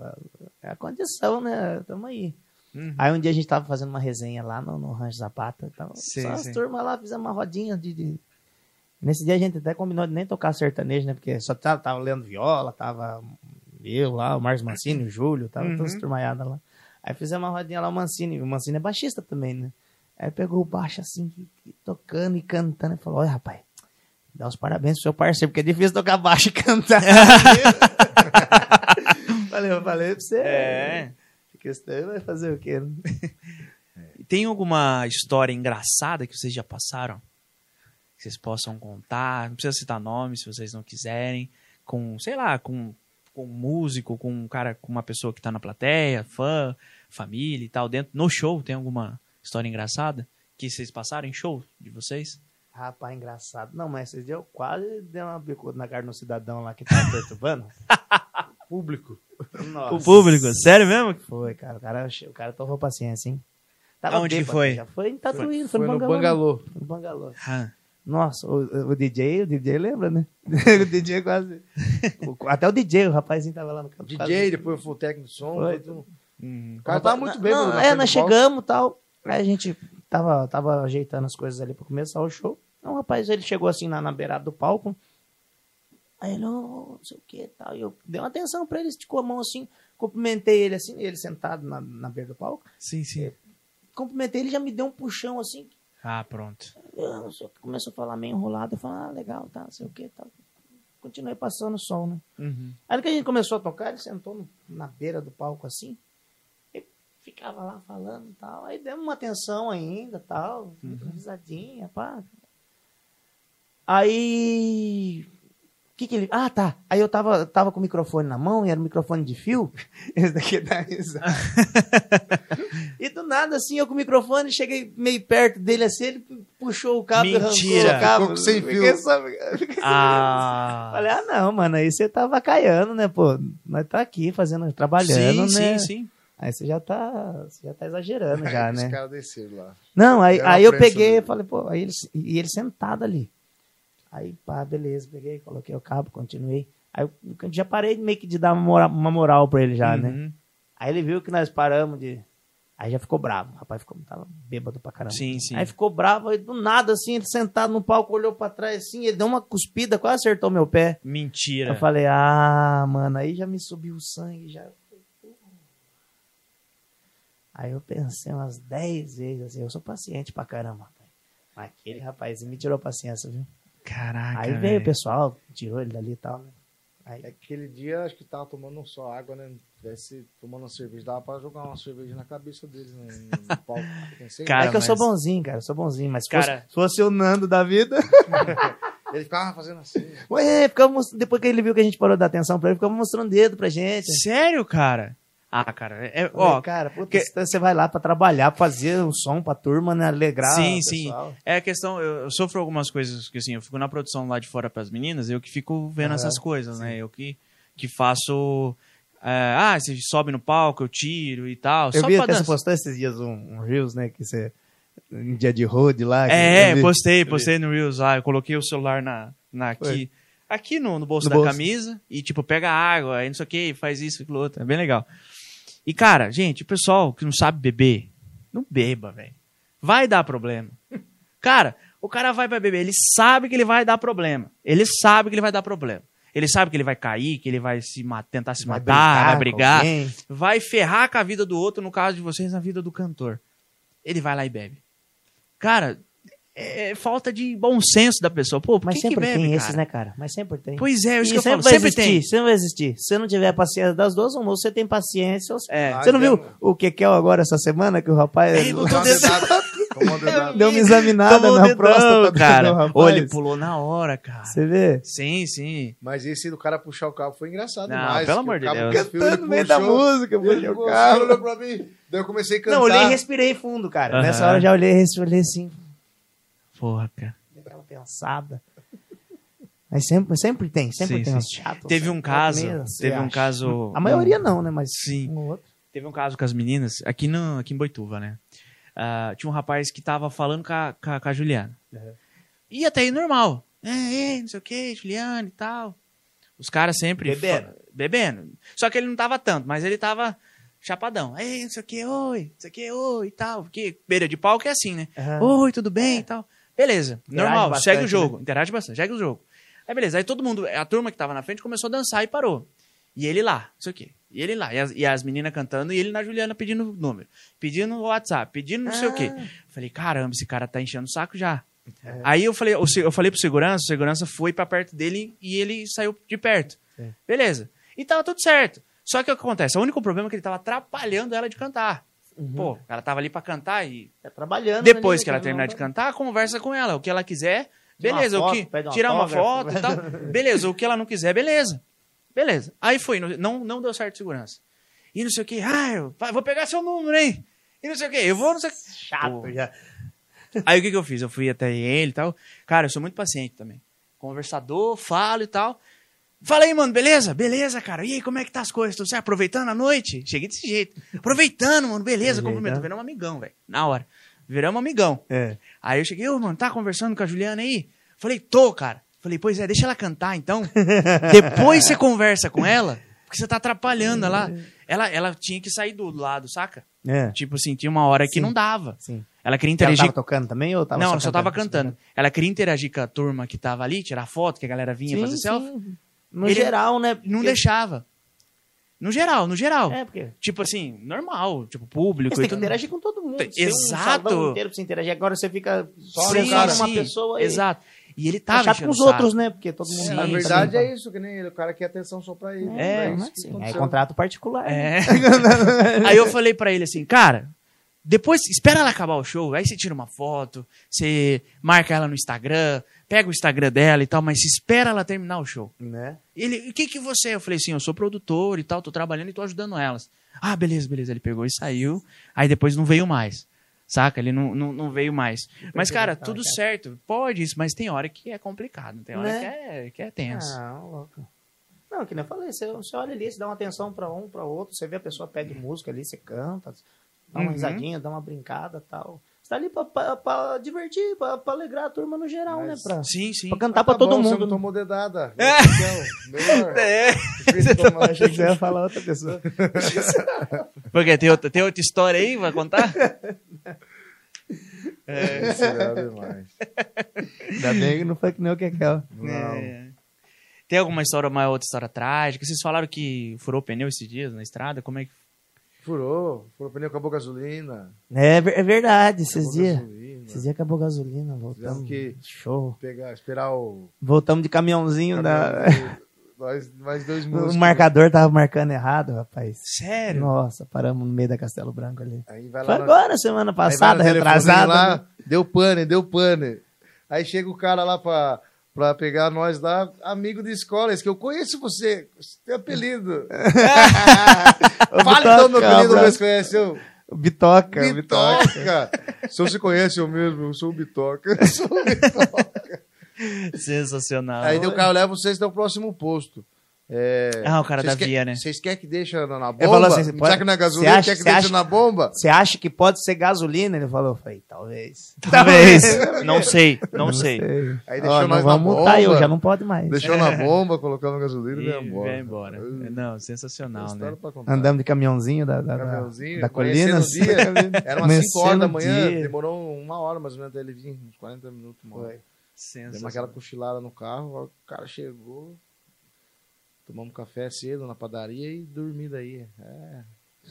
S1: é a condição, né? Tamo aí.
S2: Uhum.
S1: Aí um dia a gente tava fazendo uma resenha lá no, no Rancho Zapata. Tava,
S2: Sim,
S1: só as
S2: sim.
S1: turmas lá, fizemos uma rodinha de, de- Nesse dia a gente até combinou de nem tocar sertanejo, né? Porque só tava, tava lendo viola, tava eu lá, o Marcos Mancini, o Júlio, tava
S2: Uhum.
S1: todas turmaiadas lá. Aí fizemos uma rodinha lá, o Mancini. O Mancini é baixista também, né? Aí pegou o baixo assim, que- que tocando e cantando. E falou: Olha, rapaz, dá os parabéns pro seu parceiro, porque é difícil tocar baixo e cantar. falei, eu falei pra você.
S2: É.
S1: Fica estranho, vai fazer o quê? né?
S2: E Tem alguma história engraçada que vocês já passaram? Que vocês possam contar? Não precisa citar nomes se vocês não quiserem. Com, sei lá, com, com um músico, com um cara, com uma pessoa que tá na plateia, fã, família e tal, dentro. No show, tem alguma história engraçada? Que vocês passaram em show de vocês?
S1: Rapaz, engraçado. Não, mas esses dias eu quase dei uma bicuda na cara no cidadão lá que tava perturbando.
S3: Público.
S1: Nossa.
S2: Sério mesmo?
S1: Foi, cara. O cara, o cara torrou paciência, hein? Tava
S2: Aonde que
S1: bêbado,
S2: foi?
S1: Já foi em Tatuí, foi,
S3: Foi
S1: no
S3: no
S1: Bangalô.
S2: Ah,
S3: Bangalô.
S1: Foi no Bangalô. Nossa, o, o DJ, o DJ lembra, né? o
S3: é
S1: DJ quase. o- até o DJ, o rapazinho tava lá no campo.
S3: DJ, depois eu fui o técnico de som.
S1: Tá Foi.
S3: tudo.
S2: Uhum.
S3: O cara tava muito bem,
S1: Não,
S3: Bruno,
S1: é,
S3: naquele
S1: nós
S3: palco.
S1: chegamos e tal. Aí a gente tava, tava ajeitando as coisas ali pra começar o show. Então, o rapaz, ele chegou assim na, na beirada do palco. Aí ele, "Ô, não sei o que e tal. E eu dei uma atenção pra ele, esticou a mão assim. Cumprimentei ele assim, ele sentado na, na beira do palco.
S2: Sim, sim.
S1: Cumprimentei ele, já me deu um puxão assim.
S2: Ah, pronto.
S1: Eu não sei o que, começou a falar meio enrolado. Eu falei, ah, legal, tá, não sei o que e tal. Continuei passando o som, né?
S2: Uhum.
S1: Aí que a gente começou a tocar, ele sentou no- na beira do palco assim, e ficava lá falando e tal. Aí demos uma atenção ainda
S3: Uhum.
S1: tal, risadinha, pá. Aí. O que que ele. Ah, tá. Aí eu tava, tava com o microfone na mão e era um microfone de fio. Esse daqui dá risada. e do nada, assim, eu com o microfone, cheguei meio perto dele assim, ele puxou o cabo e
S2: Mentira.
S1: arrancou o cabo.
S3: Ficou sem fio.
S1: Fiquei só- fiquei sem
S2: Ah.
S1: Falei, ah, não, mano, aí você tava caiando, né, pô? Nós tá aqui fazendo, trabalhando,
S2: sim,
S1: né?
S2: sim, sim.
S1: Aí você já tá, você já tá exagerando já,
S3: Os
S1: né?
S3: caras desceram lá.
S1: Não, aí,
S3: Era uma
S1: aí eu
S3: prensa
S1: peguei,
S3: dele.
S1: falei, pô, aí ele, e ele sentado ali. Aí, pá, beleza, peguei, coloquei o cabo, continuei. Aí eu já parei meio que de dar uma moral, uma moral pra ele já, né?
S2: Uhum.
S1: Aí ele viu que nós paramos de. Aí já ficou bravo. O rapaz ficou, tava bêbado pra caramba.
S2: Sim, sim.
S1: Aí ficou bravo, aí do nada, assim, ele sentado no palco, olhou pra trás, assim, ele deu uma cuspida, quase acertou meu pé.
S2: Mentira.
S1: Eu falei, ah, mano, aí já me subiu o sangue, já. Aí eu pensei umas 10 vezes, assim, eu sou paciente pra caramba. cara. Mas aquele rapazinho me tirou a paciência, viu?
S2: Caraca.
S1: aí veio
S2: velho.
S1: o pessoal, tirou ele dali e tal, né? Aí,
S3: Aquele dia, acho que tava tomando só água, né? Tivesse tomando uma cerveja, dava pra jogar uma cerveja na cabeça deles no, no palco. Pensei,
S2: Cara,
S1: é que eu sou
S2: mas-
S1: bonzinho, cara, eu sou bonzinho, mas se
S2: Cara-
S1: fosse, se fosse o Nando da vida.
S3: Ele ficava fazendo assim.
S1: Ué, ficava most- depois que ele viu que a gente parou de dar atenção pra ele, ficava mostrando o dedo pra gente.
S2: Sério, cara? Ah, cara, é, é-
S1: Ó,
S2: ó,
S1: cara, puta,
S2: que-
S1: você vai lá pra trabalhar, fazer um som pra turma, né? Alegrar
S2: Sim,
S1: o
S2: sim.
S1: pessoal.
S2: é a questão, eu, eu sofro algumas coisas que assim, eu fico na produção lá de fora pras meninas, eu que fico vendo
S1: Aham,
S2: essas coisas, né? Eu que, que faço é, ah, se sobe no palco, eu tiro e tal,
S1: Eu
S2: só
S1: vi
S2: pra
S1: até você
S2: dançar.
S1: postou esses dias um, um Reels, né? Que você. Em dia de road lá. que
S2: É,
S1: eu
S2: é,
S1: vi.
S2: postei, postei no Reels lá, eu coloquei o celular na, na aqui, aqui no, no bolso
S1: No
S2: da
S1: bolso.
S2: camisa e tipo, pega água, aí não sei o que, faz isso, aquilo outro, é bem legal. E cara, gente, o pessoal que não sabe beber, não beba, velho. Vai dar problema. Cara, o cara vai pra beber, ele sabe que ele vai dar problema. Ele sabe que ele vai dar problema. Ele sabe que ele vai cair, que ele vai se ma- tentar se
S1: Vai
S2: matar, vai
S1: com
S2: brigar
S1: alguém.
S2: vai ferrar com a vida do outro, no caso de vocês, na vida do cantor. Ele vai lá e bebe. Cara, é, é falta de bom senso da pessoa. Pô, por
S1: Mas
S2: que
S1: sempre
S2: que bebe,
S1: tem
S2: cara?
S1: esses, né, cara? Mas sempre tem.
S2: Pois é, é isso
S1: E
S2: que eu
S1: sempre
S2: falo.
S1: vai
S2: Sempre
S1: existir,
S2: tem.
S1: sempre vai existir. Se você não tiver paciência das duas, ou não, você tem paciência. Ou...
S2: É.
S1: Você não
S3: Mas é
S1: viu o Kekel agora essa semana que o rapaz
S2: Ele
S3: Tomou uma dedada. Tomou uma dedada.
S1: deu uma examinada
S2: Tomou o
S1: na
S2: dedão,
S1: próstata do- do
S2: cara.
S1: rapaz?
S2: Ou ele pulou na hora, cara.
S1: Você vê?
S2: Sim, sim.
S3: Mas esse do cara puxar o cabo foi engraçado
S2: Não, pelo
S3: demais. que o
S2: amor de
S3: cabo
S2: Deus.
S3: do fio, ele
S1: Cantando Tá no meio da
S3: puxou,
S1: música,
S3: ele
S1: puxou o
S3: puxou,
S1: carro.
S3: olhou pra mim. Daí eu comecei a cantar.
S1: Não, é olhei e respirei fundo, cara.
S2: Aham.
S1: Nessa hora eu já olhei e respirei assim.
S2: Porra, cara.
S1: dei Aquela pensada. Mas sempre, sempre tem, sempre
S2: Sim,
S1: tem
S2: sim.
S1: uns chatos.
S2: Teve
S1: sempre
S2: um caso.
S1: tem uns-
S2: Teve um
S1: acha.
S2: caso.
S1: A maioria não, né? Mas
S2: Sim.
S1: um ou outro.
S2: Teve um caso com as meninas, aqui, no, aqui em Boituva, né? Ah, tinha um rapaz que tava falando com a, com a- com a Juliana. E até aí normal. É, é, não sei o que, Juliana e tal. Os caras sempre.
S1: Bebendo.
S2: fa- Bebendo. Só que ele não tava tanto, mas ele tava chapadão. É, não sei o que, oi, não sei o que, oi e tal. Porque beira de palco é assim, né?
S1: Aham. É.
S2: Oi, tudo bem e tal. Beleza,
S1: Interage
S2: normal,
S1: bastante, né?
S2: segue o jogo, interage bastante, segue o jogo. Aí beleza, aí todo mundo, a turma que tava na frente começou a dançar e parou. E ele lá, isso aqui. E ele lá, e as, e as meninas cantando, e ele na Juliana pedindo número, pedindo WhatsApp, pedindo não sei o
S1: Ah.
S2: quê. Falei, caramba, esse cara tá enchendo o saco já.
S1: É.
S2: Aí eu falei, o se- eu falei pro segurança, o segurança foi pra perto dele e ele saiu de perto.
S1: É.
S2: Beleza. E tava tudo certo. Só que o que acontece? O único problema é que ele tava atrapalhando ela de cantar.
S1: Uhum.
S2: Pô, ela tava ali pra cantar e
S1: Tá trabalhando.
S2: depois
S1: né,
S2: que tá ela
S1: não-
S2: terminar de cantar, conversa com ela. O que ela quiser,
S1: Tira uma
S2: beleza. o
S1: foto,
S2: que,
S1: pede um
S2: tirar uma foto
S1: autógrafo.
S2: e tal. Beleza, o que ela não quiser, beleza. Beleza. Aí foi, não- não, não deu certo de segurança. E não sei o que, ah, eu vai- vou pegar seu número, hein? E não sei o que, eu vou, não sei o que.
S1: Chato
S2: Pô.
S1: já.
S2: Aí o que, que eu fiz? Eu fui até ele e tal. Cara, eu sou muito paciente também. Conversador, falo e tal. Fala aí, mano, beleza? Beleza, cara. E aí, como é que tá as coisas? Tudo certo? Aproveitando a noite? Cheguei desse jeito. Aproveitando, mano, beleza.
S1: Aproveitando.
S2: Cumprimento. Viramos amigão, velho. Na hora. Viramos amigão.
S1: É.
S2: Aí eu cheguei, ô, mano, tá conversando com a Juliana aí? Falei, tô, cara. Falei, pois é, deixa ela cantar então. Depois você conversa com ela, porque você tá atrapalhando ela. Ela, ela tinha que sair do lado, saca?
S1: É,
S2: Tipo assim, tinha uma hora que
S1: Sim.
S2: não dava.
S1: sim.
S2: Ela queria
S1: Ela
S2: interagir.
S1: tava tocando também ou tava
S2: não,
S1: só
S2: ela só
S1: cantando?
S2: tava cantando. Ela queria interagir com a turma que tava ali, tirar foto, que a galera vinha
S1: Sim,
S2: fazer selfie.
S1: sim. No
S2: Ele-
S1: geral, né?
S2: Não
S1: Porque-
S2: deixava. No geral, no geral.
S1: É, porque
S2: Tipo assim, normal, tipo, público
S1: você
S2: e
S1: tem que
S2: tudo.
S1: interagir com todo mundo.
S2: Tem-
S1: Você tem
S2: Exato.
S1: Um salão inteiro pra você interagir. Agora você fica só
S2: Sim,
S1: sentado
S2: sim,
S1: numa pessoa
S2: Exato. E ele
S1: e tá
S2: tava
S1: chato
S2: enchendo
S1: com os
S2: o saco.
S1: outros, né? Porque todo mundo...
S2: Sim,
S3: Na
S1: tá
S3: verdade
S1: bem.
S3: é isso, que nem ele. O cara quer atenção só pra ele.
S1: É,
S3: isso
S1: mas
S3: que
S1: sim, é
S3: aconteceu.
S1: contrato particular. né?
S2: É. Aí eu falei pra ele assim, cara, depois espera ela acabar o show, aí você tira uma foto, você marca ela no Instagram, pega o Instagram dela e tal, mas espera ela terminar o show.
S1: Né?
S2: Ele, o que que você é? Eu falei assim, eu sou produtor e tal, tô trabalhando e tô ajudando elas. Ah, beleza, beleza. Ele pegou e saiu, aí depois não veio mais. Saca? Ele não, não, não veio mais. Mas, cara,
S1: perguntar,
S2: tudo
S1: tá, cara.
S2: certo. Pode isso, mas tem hora que é complicado. Tem hora
S1: Né?
S2: que, é, que é tenso.
S1: Ah, louco. Não, que nem eu falei, você, você olha ali, você dá uma atenção pra um, pra outro, você vê a pessoa pede música ali, você canta, dá uma
S2: Uhum.
S1: risadinha, dá uma brincada tal. Você tá ali pra, pra, pra divertir, pra, pra alegrar a turma no geral, né?
S3: Mas-
S1: Pra,
S2: Sim, sim.
S1: pra cantar
S3: Ah, tá
S1: pra todo
S3: bom, Você
S1: mundo.
S3: não tomou dedada.
S2: É. É.
S3: É.
S1: Achei que você ia falar outra pessoa.
S2: Porque tem outra, tem outra história aí, vai contar?
S3: demais.
S1: Ainda bem que não foi que nem o que é aquela.
S3: Não.
S2: É. Tem alguma história, uma outra história trágica? Vocês falaram que furou pneu esses dias na estrada? Como é que.
S3: Furou. Furou pneu, acabou gasolina.
S1: É, ver- é verdade, esses
S3: Acabou
S1: dias.
S3: gasolina.
S1: Esses dias acabou a gasolina, voltamos.
S3: Fizemos que-
S1: Show.
S3: Pegar, esperar o...
S1: Voltamos de caminhãozinho, da...
S3: Nós, mais dois
S1: o
S3: músicos.
S1: marcador tava marcando errado, rapaz.
S2: Sério?
S1: Nossa, paramos no meio da Castelo Branco ali.
S3: Aí vai
S1: Foi
S3: lá... na-
S1: agora, semana
S3: Aí
S1: passada,
S3: vai no telefone
S1: retrasada.
S3: Lá,
S1: né?
S3: Deu pane, deu pane. Aí chega o cara lá pra, pra pegar nós lá, amigo de escola, esse que eu conheço você, você tem apelido.
S1: Ô,
S3: Fala então meu
S1: Bitoca,
S3: apelido,
S1: bra-
S3: mas conhece eu.
S1: o Bitoca, o Bitoca.
S3: Bitoca. é Se você conhece eu mesmo, eu sou o Bitoca. Eu sou o Bitoca.
S2: Sensacional. Tá
S3: Aí deu o cara, leva vocês até o próximo posto. É,
S2: Ah, o cara
S3: vocês
S2: da via, né?
S3: Vocês querem que deixa na, na
S1: Ele falou
S3: bomba?
S1: assim, você pode-
S3: Já que não é
S1: você
S3: gasolina,
S1: acha-
S3: quer que
S1: você
S3: deixa
S1: acha-
S3: na bomba?
S1: Você acha que pode ser gasolina? Ele falou, eu falei, talvez.
S2: Talvez.
S3: Tá
S2: não sei, não, sei.
S3: Aí
S1: Aí
S3: deixou
S1: deixou
S3: nós
S1: não
S3: na
S1: vamos multar eu,
S3: bomba.
S1: já não pode mais.
S3: Deixou na bomba, colocamos gasolina e
S2: Ih,
S3: veio embora.
S2: vai embora. É, Não, sensacional,
S3: História
S2: né?
S3: pra contar.
S1: Andamos de caminhãozinho da, da, da,
S3: Caminhãozinho,
S1: da colina.
S3: amanhecendo o dia. Era umas 5 horas da manhã,
S1: Amanhecendo o dia.
S3: demorou uma hora mais ou menos até ele vir, uns 40 minutos. Uma hora. Demos aquela
S2: Sensacional. É
S3: cochilada no carro, o cara chegou, tomamos café cedo na padaria e dormi daí. É,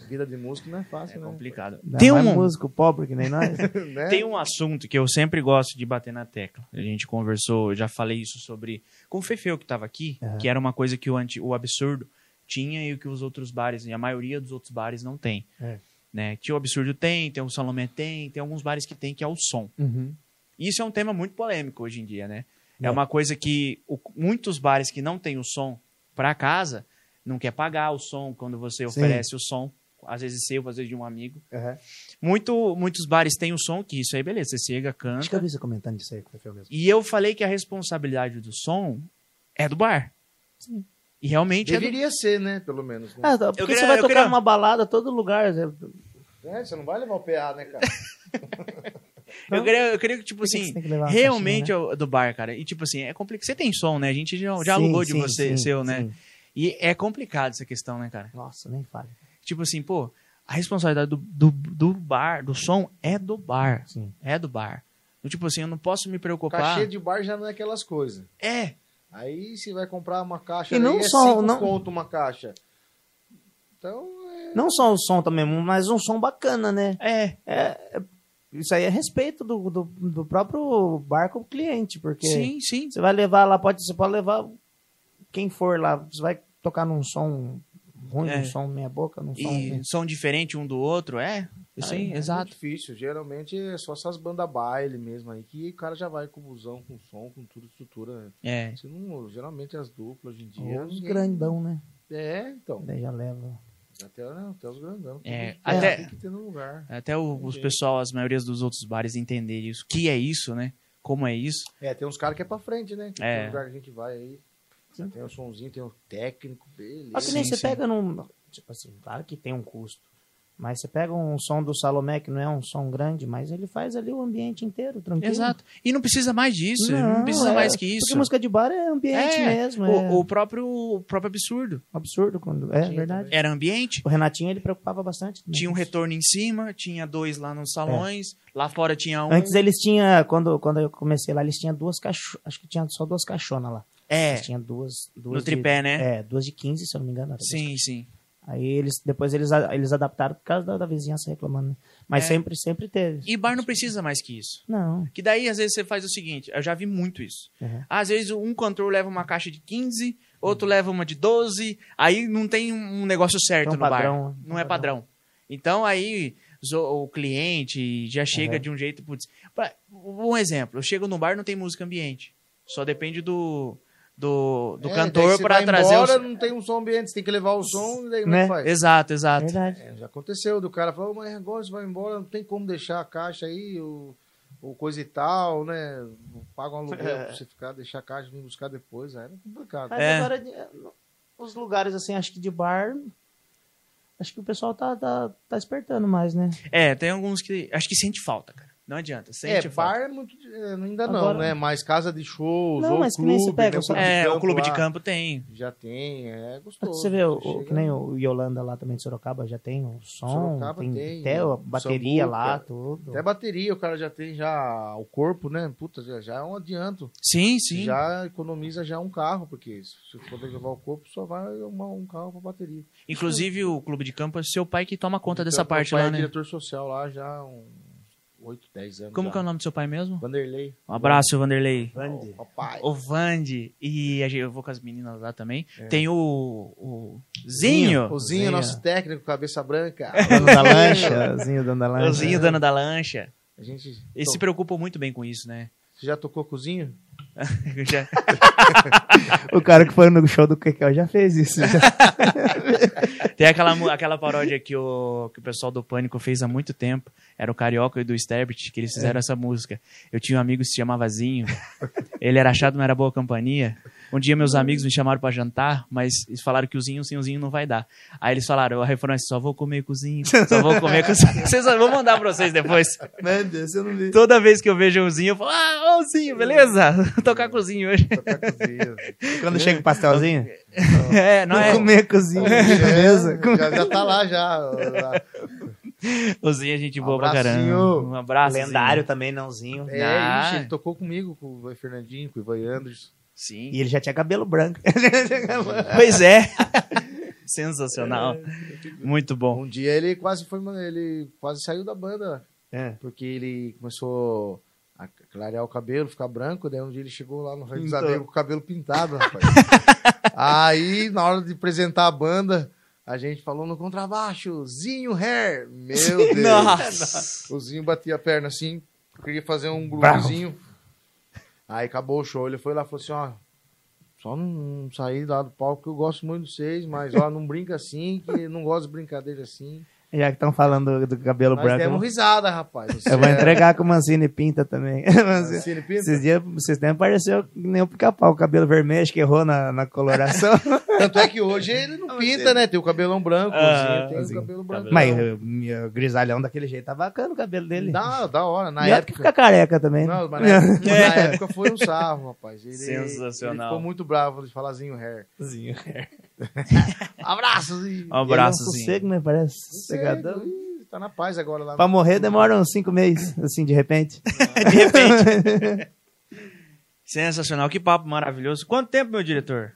S3: vida de músico não é fácil,
S2: É
S3: né?
S2: complicado.
S1: Ainda
S2: Tem
S1: mais
S2: um,
S1: músico pobre que nem nós.
S3: né?
S2: Tem um assunto que eu sempre gosto de bater na tecla. A gente conversou, eu já falei isso sobre. Com o Fefeu que estava aqui,
S1: Aham.
S2: que era uma coisa que o, anti, o absurdo tinha e o que os outros bares, e a maioria dos outros bares não tem.
S1: É.
S2: Né? Que o absurdo tem, tem o Salomé tem, tem alguns bares que tem, que é o som.
S1: Uhum.
S2: E isso é um tema muito polêmico hoje em dia, né? É,
S1: É.
S2: uma coisa que o- muitos bares que não têm o som para casa não quer pagar o som quando você
S1: Sim.
S2: oferece o som, às vezes seu, às vezes de um amigo.
S1: Uhum.
S2: Muito, muitos bares têm o som, que isso aí, beleza, você chega,
S1: Acho que eu
S2: canta.
S1: vi você comentando isso aí com o Fefeu mesmo.
S2: E eu falei que a responsabilidade do som é do bar. E realmente é do...
S3: Deveria ser, né? Pelo menos. né?
S1: Ah, tá, porque
S2: queria-
S1: você vai
S2: eu
S1: tocar
S2: queria-
S1: numa balada todo lugar. Você...
S3: É, você não vai levar o PA, né, cara?
S2: Eu queria, eu queria que, tipo
S1: Por que que
S2: assim,
S1: você tem que levar uma né?
S2: realmente é o- do bar, cara. E, tipo assim, é complicado. Você tem som, né? A gente já, já
S1: Sim,
S2: alugou de
S1: sim,
S2: você,
S1: sim,
S2: seu, né?
S1: sim.
S2: E é complicado essa questão, né, cara?
S1: Nossa, nem fale.
S2: Tipo assim, pô, a responsabilidade do, do, do bar, do som, é do bar.
S1: Sim.
S2: É do bar. Então, tipo assim, eu não posso me
S3: O
S2: preocupar.
S3: cachê de bar já não é aquelas coisas.
S2: É,
S3: Aí você vai comprar uma caixa
S1: E não
S3: aí é
S1: só-
S3: cinco
S1: não-
S3: conto uma caixa. Então,
S1: Não só o som também, mas um som bacana, né?
S2: é.
S1: É, é- isso aí é respeito do, do, do próprio bar com o cliente, porque
S2: Sim, sim.
S1: você vai levar lá, pode, você pode levar quem for lá, você vai tocar num som ruim,
S2: É.
S1: num som meia boca, num Um som... né?
S2: E som diferente um do outro, é. Sim,
S3: É muito
S2: exato.
S3: difícil. Geralmente é só essas bandas baile mesmo aí, que o cara já vai com busão, com som, com tudo, estrutura.
S2: É.
S3: Você não- geralmente as duplas hoje em dia.
S1: Os
S3: ninguém-
S1: grandão, né?
S3: É, então.
S1: Daí já leva.
S3: Até, né, até os grandão.
S2: É,
S3: Tudo
S2: até-
S3: Tem que ter no lugar.
S2: Até o, os
S3: Entendi.
S2: pessoal, as maiorias dos outros bares entenderem isso. O que é isso, né? Como é isso?
S3: É, tem uns caras que é pra frente, né? Que
S2: É.
S3: Tem lugar que a gente vai aí. já Tem o somzinho, tem o técnico, beleza.
S1: Mas que nem
S2: Sim,
S1: você
S2: sim.
S1: pega num... Tipo assim, claro que tem um custo, Mas você pega um som do Salomé, que não é um som grande, mas ele faz ali o ambiente inteiro, tranquilo.
S2: Exato. E não precisa mais disso, não, precisa
S1: é,
S2: mais que
S1: Porque
S2: isso.
S1: música de bar é ambiente
S2: É,
S1: mesmo. É
S2: O, o próprio, o próprio absurdo.
S1: absurdo quando. É
S3: Sim,
S1: verdade.
S2: Era ambiente,
S1: O Renatinho ele preocupava bastante. né?
S2: tinha um retorno em cima, tinha dois lá nos salões, lá fora tinha um.
S1: É. Antes eles tinham, quando, quando eu comecei lá, eles tinham duas caixonas. Acho que tinha só duas caixonas lá.
S2: é,
S1: Eles tinham duas. duas
S2: no
S1: de-
S2: tripé, né?
S1: É, duas de 15, se eu não me engano. era duas
S2: Sim, sim.
S1: Aí eles depois eles, a- eles adaptaram por causa da, da vizinhança reclamando. né? Mas
S2: É.
S1: sempre, sempre teve.
S2: E bar não precisa mais que isso.
S1: Não.
S2: Que daí, às vezes, você faz o seguinte, eu já vi muito isso.
S1: Uhum.
S2: Às vezes, um cantor leva uma caixa de 15, outro leva uma de 12, aí não tem um um negócio certo
S1: Tem um
S2: no
S1: padrão,
S2: bar.
S1: né?
S2: Não é padrão. Então, aí, zo- o cliente já chega
S1: Uhum.
S2: de um jeito... Putz, pra- um exemplo, eu chego num bar não tem música ambiente. Só depende do, do, do
S3: É, daí
S2: cantor
S3: você
S2: para
S3: vai
S2: trazer
S3: embora,
S2: o...
S3: não tem um som ambiente, você tem que levar o som e daí como
S1: Né?
S3: é que faz?
S2: Exato, exato.
S1: Verdade.
S3: É, já aconteceu, do cara falou, mas agora você vai embora, não tem como deixar a caixa aí, o, o coisa e tal, né? Paga um aluguel pra você ficar, deixar a caixa e vir buscar depois, aí era complicado.
S1: Mas
S2: É.
S1: agora, eh, os lugares, assim, acho que de bar. Acho que o pessoal tá, tá, tá despertando mais, né?
S2: É, tem alguns que... Acho que sente falta, cara. Não adianta,
S3: É,
S2: sente falta.
S3: bar é muito. é, ainda
S1: Agora-
S3: não, né? Mas casa de shows,
S1: Não,
S3: ou
S1: mas que
S3: clube,
S1: nem você pega,
S3: né?
S1: só-
S2: É, o clube de
S3: lá
S2: campo tem.
S3: Já tem, é gostoso.
S1: Você vê, o, o-
S3: chega-
S1: que nem o Yolanda lá também de Sorocaba já tem o som,
S3: Sorocaba
S1: tem,
S3: tem,
S1: até a bateria
S3: Sambuca.
S1: lá, tudo.
S3: Até bateria, o cara já tem já o corpo, né? Puta, já, já é um adianto.
S2: Sim, sim.
S3: Já economiza já um carro, porque se você poder levar o corpo, só vai uma- um carro pra bateria.
S2: Inclusive, o clube de campo é seu pai que toma conta dessa
S3: Então, meu
S2: parte
S3: pai
S2: lá,
S3: é
S2: né?
S3: diretor social lá já há uns 8, 10 anos.
S2: Como
S3: já.
S2: que é o nome do seu pai mesmo?
S3: Vanderlei.
S2: Um abraço, Vanderlei.
S3: O papai.
S2: O Vande. E a gente- eu vou com as meninas lá também. Tem o, o Zinho.
S3: O É. Zinho, nosso técnico, cabeça branca.
S1: Dono da lancha, o Zinho dono da lancha.
S2: O
S3: É.
S2: Zinho, dono da lancha.
S3: A gente.
S2: Eles se preocupam muito bem com isso, né?
S3: Você já tocou com o Zinho?
S2: Eu já-
S1: O cara que foi no show do Kekel já fez isso. já.
S2: Tem aquela, mu- aquela paródia que o, que o pessoal do Pânico fez há muito tempo. Era o Carioca e do Sterbit, que eles
S1: É.
S2: fizeram essa música. Eu tinha um amigo que se chamava Zinho. Ele era achado, não era boa companhia. Um dia meus amigos me chamaram pra jantar, mas eles falaram que o Zinho sem o Zinho não vai dar. Aí eles falaram, a reforma é só vou comer com o Zinho, só vou comer com o Zinho. Vocês, vou mandar pra vocês depois.
S1: Meu Deus, eu não vi.
S2: Toda vez que eu vejo o Zinho, eu falo, ah, ô Zinho, beleza? Vou tocar com o Zinho hoje.
S3: Tocar com o Zinho.
S1: Quando chega o pastelzinho,
S2: É, não é?
S1: comer cozinha, beleza?
S3: É, já, já tá lá, já. já.
S2: O Zinho é gente boa pra
S3: Abracinho.
S2: caramba. Um abraço. Zinho.
S1: Um Lendário também, nãozinho.
S3: É,
S2: Ah.
S3: ixi, ele tocou comigo, com o Ivan Fernandinho, com o Ivan Anderson.
S2: Sim.
S1: E ele já tinha cabelo branco.
S2: Pois é. Sensacional. Muito bom.
S3: Um dia ele quase foi, ele quase saiu da banda, né?
S1: É.
S3: porque ele começou a clarear o cabelo, ficar branco, daí um dia ele chegou lá no Rio dos
S1: Pintou.
S3: Amigos com o cabelo pintado, rapaz. Aí, na hora de apresentar a banda, a gente falou no contrabaixo, Zinho Hair, meu Deus.
S2: Nossa.
S3: O Zinho batia a perna assim, queria fazer um groovezinho. Aí acabou o show, ele foi lá e falou assim, ó, só não, não sair lá do palco que eu gosto muito de vocês, mas ó, não brinca assim, que não gosto de brincadeira assim.
S1: Já que estão falando do, do cabelo
S3: Nós
S1: branco. é eu
S3: demos
S1: vou-
S3: risada, rapaz. Você
S1: Eu vou
S3: é
S1: entregar com o Mancini Pinta também. Mancini-
S3: Cine Pinto?
S1: Esses dias, vocês tempos apareceu que nem o pica-pau, o cabelo vermelho, acho que errou na, na coloração.
S3: Tanto é que hoje ele não pinta, né? Tem o cabelão branco,
S2: Ah,
S3: o Zinho tem
S1: Zinho.
S3: o cabelo branco.
S1: Mas o meu grisalhão daquele jeito tá bacana o cabelo dele.
S3: Da, da hora, na
S1: E olha que
S3: época.
S1: é fica careca também. né?
S3: Não, mas na época, na época foi um sarro, rapaz. Ele,
S2: Sensacional.
S3: Ele ficou muito bravo de falar Zinho Hair.
S1: Zinho.
S3: Abraço, Zinho!
S2: Um
S1: Ele é um
S2: abraçozinho.
S1: sossego, né? Parece
S3: Sossego,
S1: sossegadão.
S3: ih, Tá na paz agora lá.
S1: Pra morrer demora uns cinco meses, assim, de repente. de repente.
S2: Sensacional. Que papo maravilhoso. Quanto tempo, meu diretor?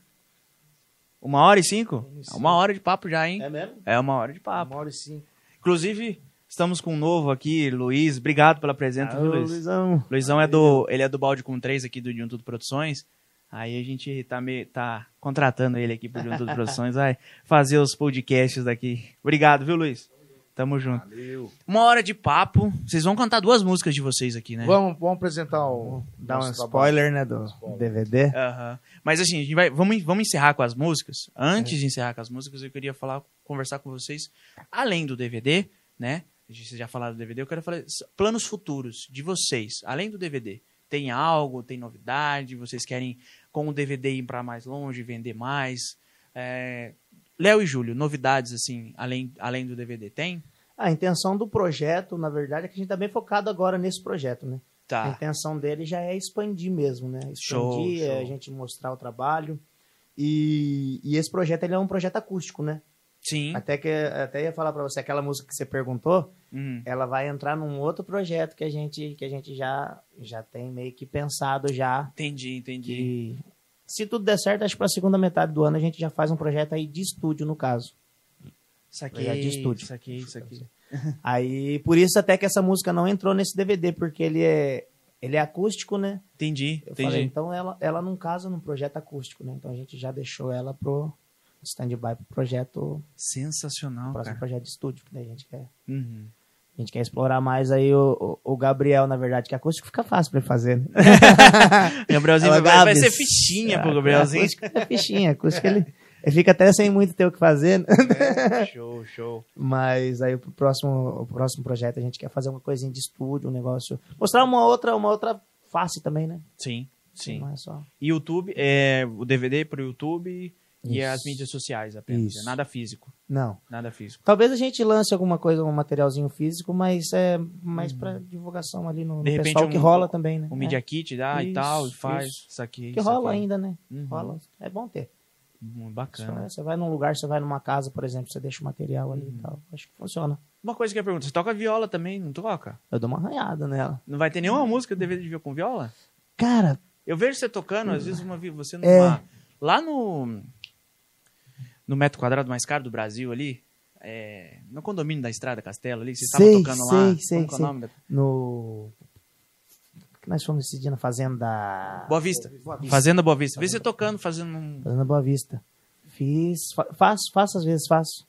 S2: Uma hora e cinco? Uma hora de papo já, hein?
S1: mesmo?
S2: É uma hora de papo.
S3: Uma hora e cinco.
S2: Inclusive, estamos com um novo aqui, Luiz. Obrigado pela presença,
S1: Ah,
S2: viu, Luiz?
S1: Luizão.
S2: Luizão é do. Ele é do balde com três aqui do De Um Tudo Produções. Aí a gente tá, me, tá contratando ele aqui pro De Um Tudo Produções. Vai fazer os podcasts daqui. Obrigado, viu, Luiz? Tamo junto.
S3: Valeu.
S2: Uma hora de papo. Vocês vão cantar duas músicas de vocês aqui, né?
S3: Vamos, vamos apresentar o.
S1: Dá É. um
S2: tá
S3: nosso trabalho.
S1: spoiler, né, do DVD.
S2: Aham. Mas assim, a gente vai, vamos, vamos encerrar com as músicas.
S1: É.
S2: Antes de encerrar com as músicas, eu queria falar, conversar com vocês, além do DVD, né? A gente- Vocês já falaram do DVD, eu quero falar s- planos futuros de vocês, além do DVD. Tem algo, tem novidade? Vocês querem, com o DVD, ir para mais longe, vender mais? É, Léo e Júlio, novidades assim, além, além do DVD, tem?
S1: A intenção do projeto, na verdade, é que a gente está bem focado agora nesse projeto, né? A
S2: Tá.
S1: intenção dele já é expandir mesmo, né? Expandir,
S2: Show,
S1: é
S2: show.
S1: a gente mostrar o trabalho. E, e esse projeto ele é um projeto acústico, né?
S2: Sim.
S1: Até que até ia falar para você aquela música que você perguntou,
S2: Hum.
S1: ela vai entrar num outro projeto que a gente que a gente já já tem meio que pensado já
S2: Entendi, entendi.
S1: que se tudo der certo, acho que para segunda metade do ano a gente já faz um projeto aí de estúdio no caso.
S2: Saquei.
S1: Projeto de estúdio.
S2: Saquei, saquei.
S1: Aí por isso até que essa música não entrou nesse DVD porque ele é ele é acústico, né?
S2: Entendi,
S1: Eu falei,
S2: entendi.
S1: então ela, ela não casa num projeto acústico, né? Então a gente já deixou ela pro stand-by pro projeto,
S2: Sensacional,
S1: próximo
S2: cara.
S1: projeto de estúdio, que daí a gente quer.
S2: Tá. Uhum.
S1: A gente quer explorar mais aí o, o, o Gabriel, na verdade, que acústico fica fácil pra ele fazer. Né?
S2: Gabrielzinho É, vai,
S1: Ela
S2: vai
S1: Gabs.
S2: ser fichinha pro assim. Gabrielzinho.
S1: Acústico é fichinha, acústico ele, ele fica até sem muito ter o que fazer. né?
S2: Show, show.
S1: Mas aí o próximo, o próximo projeto a gente quer fazer uma coisinha de estúdio, um negócio. Mostrar uma outra, uma outra face também, né?
S2: Sim, sim.
S1: Não é só.
S2: YouTube, é, o DVD pro YouTube e
S1: Isso.
S2: as mídias sociais apenas.
S1: Isso.
S2: né? Nada físico.
S1: Não.
S2: Nada físico.
S1: Talvez a gente lance alguma coisa, um materialzinho físico, mas é mais pra divulgação ali no, no
S2: Hum. De repente,
S1: pessoal que
S2: um-
S1: rola também, né?
S2: O Media Kit dá e
S1: Isso,
S2: tal, e faz.
S1: isso.
S2: Saquei.
S1: É, que rola
S2: saquei.
S1: ainda, né?
S2: Uhum.
S1: Rola. É bom ter.
S2: Hum,
S1: Isso,
S2: Bacana.
S1: né? Você vai num lugar, você vai numa casa, por exemplo, você deixa o material
S2: Uhum.
S1: ali e tal. Acho que funciona.
S2: Uma coisa que eu pergunto, você toca viola também, não toca?
S1: Eu dou uma arranhada nela.
S2: Não vai ter nenhuma música do DVD de viola com viola?
S1: Cara,
S2: Eu vejo você tocando, às vezes uma vi- você numa.
S1: É.
S2: Lá no. No metro quadrado mais caro do Brasil ali. é, no condomínio da Estrada Castelo ali, você estava
S1: Sei,
S2: tocando lá.
S1: sei, sei,
S2: como que é o
S1: sei.
S2: nome da-
S1: no. o que nós fomos esse dia na Fazenda.
S2: Boa Vista. Fazenda Boa Vista. Vê você tocando, fazendo um.
S1: Fazenda Boa Vista. Fiz. fa- Faço, faço às vezes, faço.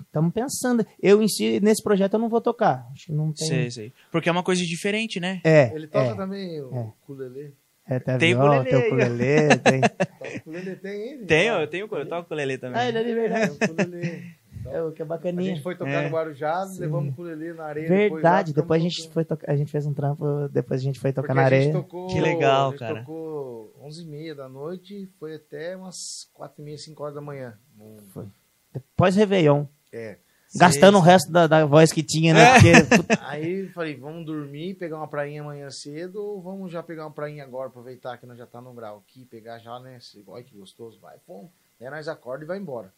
S1: Estamos pensando. Eu em si, nesse projeto, eu não vou tocar. Acho que não tem.
S2: Sei, sei. Porque é uma coisa diferente, né?
S1: É,
S3: Ele toca
S1: é.
S3: também o
S1: é.
S3: ukulele.
S1: É, tem,
S2: Tem
S1: tem viola,
S2: ukulele
S1: tem
S2: aí, ó.
S1: ukulele, tem...
S3: Toca ukulele, tem ele.
S2: Tenho,
S3: ó.
S2: eu tenho, eu toco com o Lelê
S3: Ah,
S2: também.
S1: é de verdade.
S3: Tem ukulele.
S1: É o que é
S3: A
S1: bacaninha.
S3: gente foi tocar
S2: É.
S3: no Guarujá, levamos o ukulele na areia.
S1: Verdade, depois a
S3: ficamos
S1: gente
S3: tocando.
S1: foi tocar, a gente fez um trampo, depois a gente foi tocar
S3: Porque
S1: na
S3: a gente
S1: areia.
S3: tocou-
S2: Que legal,
S3: a gente
S2: cara.
S3: tocou 11h30 da noite, foi até umas 4h30, 5 horas da manhã. Um-
S1: Depois Réveillon.
S3: É.
S2: Sei,
S1: Gastando o
S2: sei.
S1: resto da, da voz que tinha, né?
S2: É.
S1: Porque, puta,
S3: Aí eu falei, vamos dormir, pegar uma prainha amanhã cedo, ou vamos já pegar uma prainha agora, aproveitar que nós já tá no grau aqui, pegar já, né? esse- Olha que gostoso, vai, pum. Aí nós acorda e vai embora.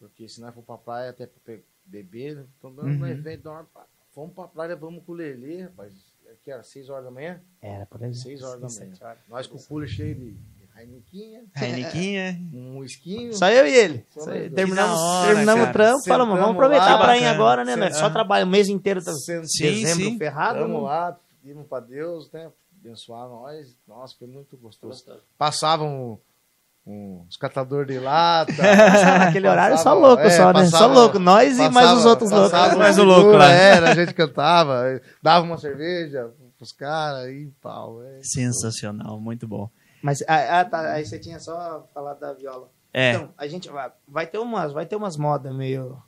S3: Porque se nós for pra praia até pra pe- beber, né, então dando
S2: Uhum.
S3: um evento, dá uma- vamos pra praia, vamos com o Lelê, rapaz, é que era 6 horas da manhã?
S1: Era, por exemplo.
S3: 6 horas da
S1: seis,
S3: manhã.
S1: sete horas. É.
S3: Nós com o cooler cheio de Heinequinha,
S2: Rainiquinha.
S3: um esquinho.
S1: Só eu e ele.
S3: Só
S1: Só
S3: nós
S1: eu.
S3: dois.
S1: Terminamos,
S2: Que da hora,
S1: terminamos
S2: cara.
S1: o trampo, falamos, vamos
S3: Sentamos
S1: aproveitar
S3: lá,
S1: a prainha
S2: bacana.
S1: agora, né?
S2: Sentamos.
S1: nós Só trabalho o mês inteiro, tá
S2: Sim,
S1: dezembro
S2: sim.
S1: ferrado.
S3: Vamos
S1: né?
S3: lá, pedimos pra Deus, né? Abençoar nós. Nossa, foi muito gostoso. Passavam um- uns catadores de lata.
S1: Naquele horário só
S3: É, Passava,
S1: louco,
S3: é,
S1: só, né? Só
S3: passava-
S1: louco, nós e mais os outros loucos.
S3: passava
S2: Mais o
S3: uma
S2: louco,
S3: cultura,
S2: né?
S3: Era, a gente cantava, dava uma cerveja pros caras e pau. É.
S2: Sensacional, muito bom.
S1: Mas ah, ah, tá, aí você tinha só falado da viola.
S2: É.
S1: Então, a gente vai, vai ter umas, vai ter umas modas meio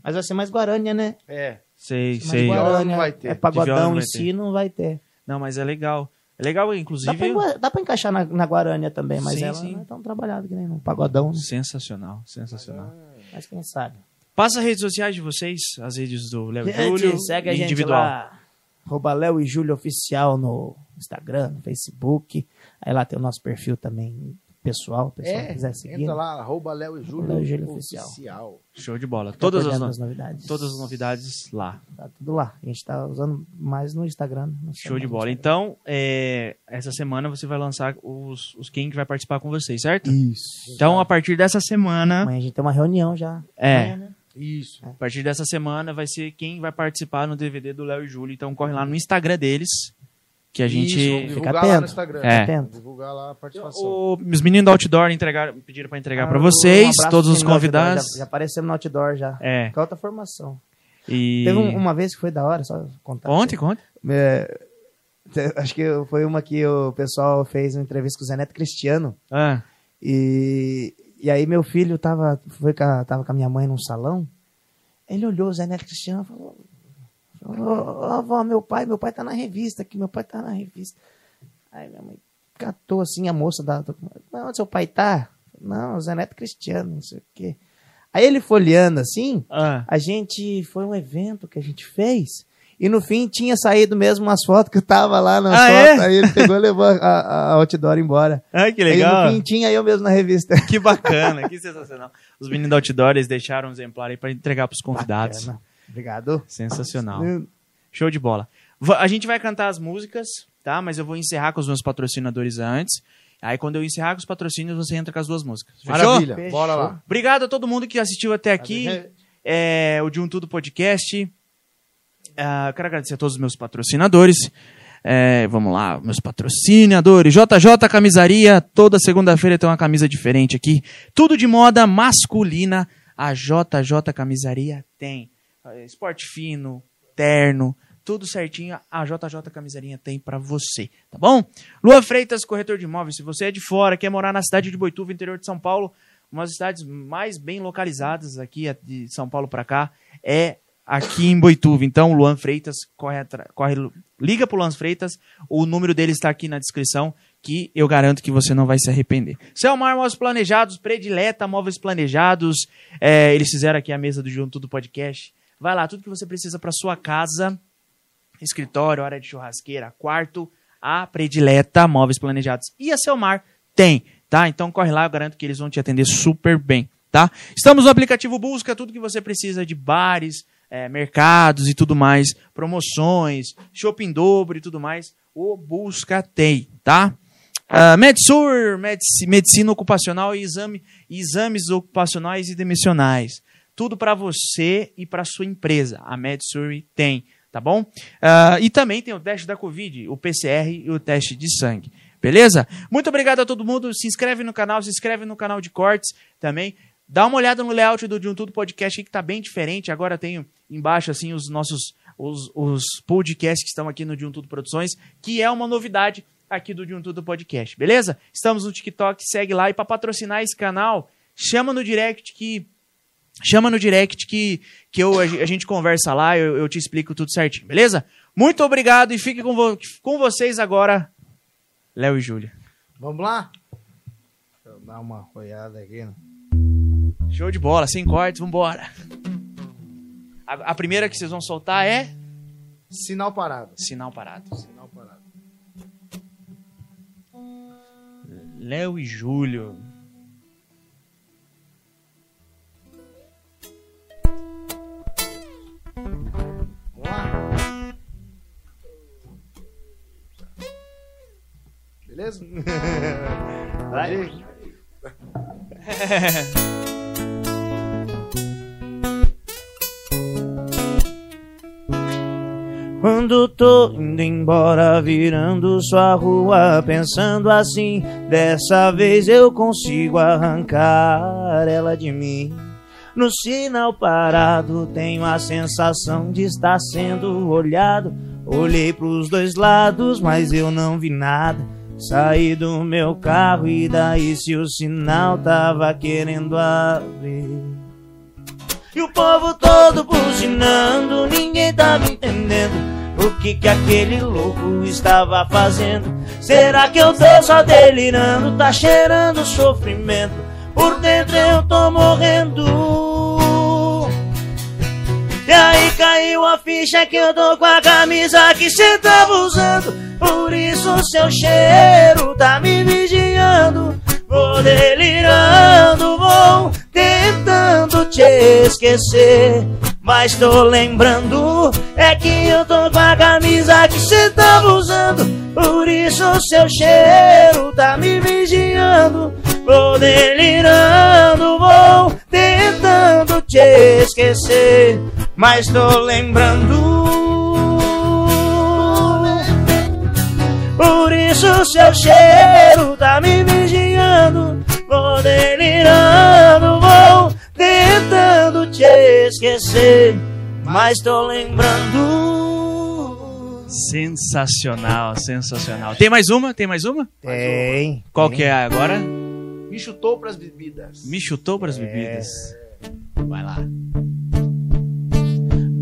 S1: mas vai ser mais Guarânia, né?
S3: é.
S2: sei,
S1: Mais
S2: sei.
S3: igual-
S1: Guarânia,
S3: não vai ter.
S1: é
S2: De viola não
S1: pagodão em
S2: vai
S1: si não vai ter.
S2: Não, mas é legal. É legal,
S1: Dá pra,
S2: inclusive.
S1: engua- dá pra encaixar na, na Guarânia também, mas
S2: Sim,
S1: ela
S2: sim.
S1: não é tão trabalhada que nem um pagodão, né?
S2: Sensacional, sensacional.
S1: mas quem sabe.
S2: Passa as redes sociais de vocês, as redes do Léo e
S1: Gente,
S2: É, Júlio.
S1: segue
S2: e
S1: a gente
S2: individual.
S1: lá. Arroba Léo e Júlio Oficial no Instagram, no Facebook. Aí lá tem o nosso perfil também pessoal, o pessoal que
S3: É,
S1: quiser seguir. né?
S3: entra lá, arroba Léo e Júlio,
S1: Léo e Júlio
S3: oficial.
S2: Show de bola.
S1: Tá
S2: Todas
S1: por
S2: as,
S1: dentro
S2: no-
S1: das novidades.
S2: todas as novidades lá.
S1: Tá tudo lá. A gente tá usando mais no Instagram. né? Não sei
S2: Show de
S1: mais
S2: bola.
S1: no
S2: Então, é, essa semana você vai lançar os, os quem que vai participar com vocês, certo?
S1: Isso.
S2: Então, a partir dessa semana.
S1: Amanhã a gente tem uma reunião já. né?
S2: É,
S3: Isso.
S2: a partir dessa semana vai ser quem vai participar no DVD do Léo e Júlio. Então, corre lá no Instagram deles, que a gente.
S3: Isso, vamos divulgar lá no
S1: atento.
S3: Instagram.
S2: É.
S1: Atento.
S3: Vamos divulgar lá a participação.
S2: O- os meninos do Outdoor entregaram, pediram pra entregar pra
S1: Ah, um
S2: vocês,
S1: abraço
S2: todos os
S1: pro menino do outdoor,
S2: convidados.
S1: Já, já aparecemos no outdoor já.
S2: É.
S1: Com outra formação.
S2: E...
S1: Teve um- uma vez que foi da hora, só contar.
S2: Conte, conte.
S1: É, te- acho que foi uma que o pessoal fez uma entrevista com o Zé Neto Cristiano.
S2: Ah,
S1: E, e aí meu filho tava, foi com a, tava com a minha mãe num salão. Ele olhou o Zé Neto Cristiano e falou: falou, Ô ô, avó, meu pai, meu pai tá na revista aqui, meu pai tá na revista. Aí minha mãe catou assim a moça da. da- Mas onde seu pai tá? Não, o Zé Neto Cristiano, não sei o quê. Aí ele folheando assim,
S2: Ah,
S1: a gente. Foi um evento que a gente fez. E no fim tinha saído mesmo umas fotos que eu tava lá na
S2: Ah, é?
S1: foto. Aí ele pegou e levou a, a, a outdoor embora.
S2: ai, que
S1: Aí
S2: legal.
S1: no fim tinha eu mesmo na revista.
S2: Que bacana, que sensacional. Os meninos da Outdoor eles deixaram um exemplar aí pra entregar pros convidados.
S1: Bacana. Obrigado.
S2: Sensacional. Show de bola. Va- A gente vai cantar as músicas, tá? Mas eu vou encerrar com os meus patrocinadores antes. Aí quando eu encerrar com os patrocínios, você entra com as duas músicas. Fechou?
S3: Maravilha,
S1: Fechou?
S3: bora lá.
S2: Obrigado a todo mundo que assistiu até aqui. É, o De Um Tudo Podcast. Ah, eu quero agradecer a todos os meus patrocinadores. É, vamos lá, meus patrocinadores. JJ Camisaria, toda segunda-feira tem uma camisa diferente aqui. Tudo de moda masculina, a JJ Camisaria tem. Ah, Esporte fino, terno, tudo certinho, a JJ Camisaria tem pra você, tá bom? Lua Freitas, corretor de imóveis. Se você é de fora, quer morar na cidade de Boituva, interior de São Paulo, uma das cidades mais bem localizadas aqui a- de São Paulo pra cá é aqui em Boituva. Então, Luan Freitas corre, atra- corre liga pro Luan Freitas, o número dele está aqui na descrição que eu garanto que você não vai se arrepender. Selmar Móveis Planejados, predileta Móveis Planejados, é, eles fizeram aqui a mesa do Junto do Podcast. Vai lá, tudo que você precisa pra sua casa, escritório, área de churrasqueira, quarto, a predileta Móveis Planejados. E a Selmar tem, tá? Então corre lá, eu garanto que eles vão te atender super bem, tá? Estamos no aplicativo Busca, tudo que você precisa de bares, eh, mercados e tudo mais, promoções, shopping dobro e tudo mais, o Busca tem, tá? Ah, Medsur, medici- medicina ocupacional e exame, exames ocupacionais e demissionais. Tudo para você e para sua empresa. A Medsur tem, tá bom? Ah, e também tem o teste da Covid, o PCR e o teste de sangue. Beleza? Muito obrigado a todo mundo. Se inscreve no canal, se inscreve no canal de cortes também. Dá uma olhada no layout do De Um Tudo Podcast aí que tá bem diferente. Agora tenho embaixo assim os nossos os, os podcasts que estão aqui no De Um Tudo Produções, que é uma novidade aqui do De Um Tudo Podcast. Beleza? Estamos no TikTok, segue lá e para patrocinar esse canal, chama no direct que chama no direct que, que eu, a ge- a gente conversa lá, eu, eu te explico tudo certinho, beleza? Muito obrigado e fique com, vo- com vocês agora, Léo e Júlia.
S3: Vamos lá?
S1: Deixa eu dar uma olhada aqui. né?
S2: Show de bola, sem cortes, vambora. A, a primeira que vocês vão soltar é
S3: Sinal parado.
S2: sinal parado.
S3: Sinal parado.
S2: Léo e Júlio.
S3: Vamos lá? Beleza? Vai.
S1: Quando tô indo embora, virando sua rua, pensando assim, dessa vez eu consigo arrancar ela de mim. No sinal parado, tenho a sensação de estar sendo olhado. Olhei pros dois lados, mas eu não vi nada. Saí do meu carro e daí se o sinal tava querendo abrir. E o povo todo buzinando, ninguém tá tava entendendo o que que aquele louco estava fazendo. Será que eu tô só delirando? Tá cheirando sofrimento, por dentro eu tô morrendo. E aí caiu a ficha que eu tô com a camisa que cê tava usando. Por isso seu cheiro tá me vigiando. Vou delirando, vou tentando te esquecer. Mas tô lembrando, é que eu tô com a camisa que cê tava usando. Por isso seu cheiro tá me vigiando. Vou delirando, vou tentando te esquecer, mas tô lembrando. Por isso seu cheiro tá me vigiando, vou delirando, vou tentando te esquecer, mas tô lembrando.
S2: Sensacional, sensacional. Tem mais uma? Tem mais uma?
S1: Tem.
S2: Qual que é agora?
S3: Me chutou pras bebidas.
S2: Me chutou pras
S1: É.
S2: bebidas. Vai lá.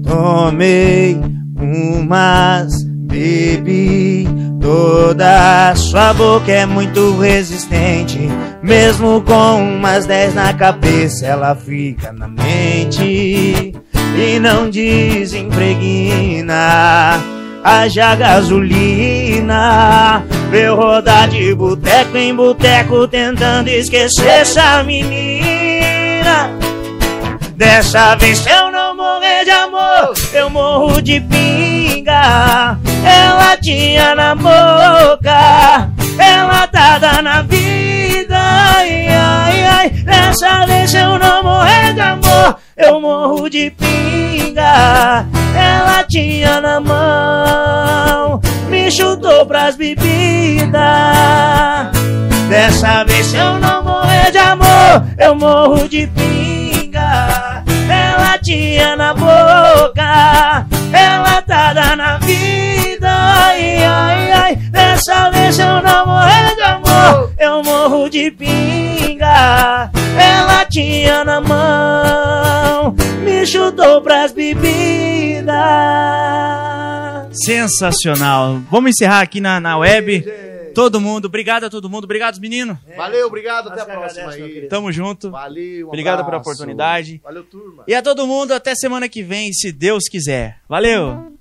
S1: Tomei umas, bebi toda. Sua boca é muito resistente.
S2: Mesmo com umas 10 na cabeça, ela fica na mente e não desempregna. Haja gasolina, meu rodar de boteco em boteco, tentando esquecer essa menina. Dessa vez se eu não morrer de amor, eu morro de pinga. Ela tinha na boca, ela tá na vida. Ai, ai, ai. Dessa vez se eu não morrer de amor, eu morro de pinga. Ela tinha na mão, me chutou pras bebidas. Dessa vez se eu não morrer de amor, eu morro de pinga. Ela tinha na boca, ela tá na vida. Ai, ai, ai. Dessa vez se eu não morrer de amor, eu morro de pinga. Ela tinha na mão, me chutou pras bebidas.
S5: Sensacional. Vamos encerrar aqui na, na web. Todo mundo, obrigado a todo mundo, obrigado, meninos.
S3: Valeu, obrigado, até a
S1: Nós que
S3: próxima
S1: agradecemos, meu
S3: aí.
S1: querido.
S5: Tamo junto.
S3: Valeu, um
S5: Obrigado pela
S3: abraço.
S5: oportunidade.
S3: Valeu, turma.
S5: E a todo mundo, até semana que vem, se Deus quiser. Valeu!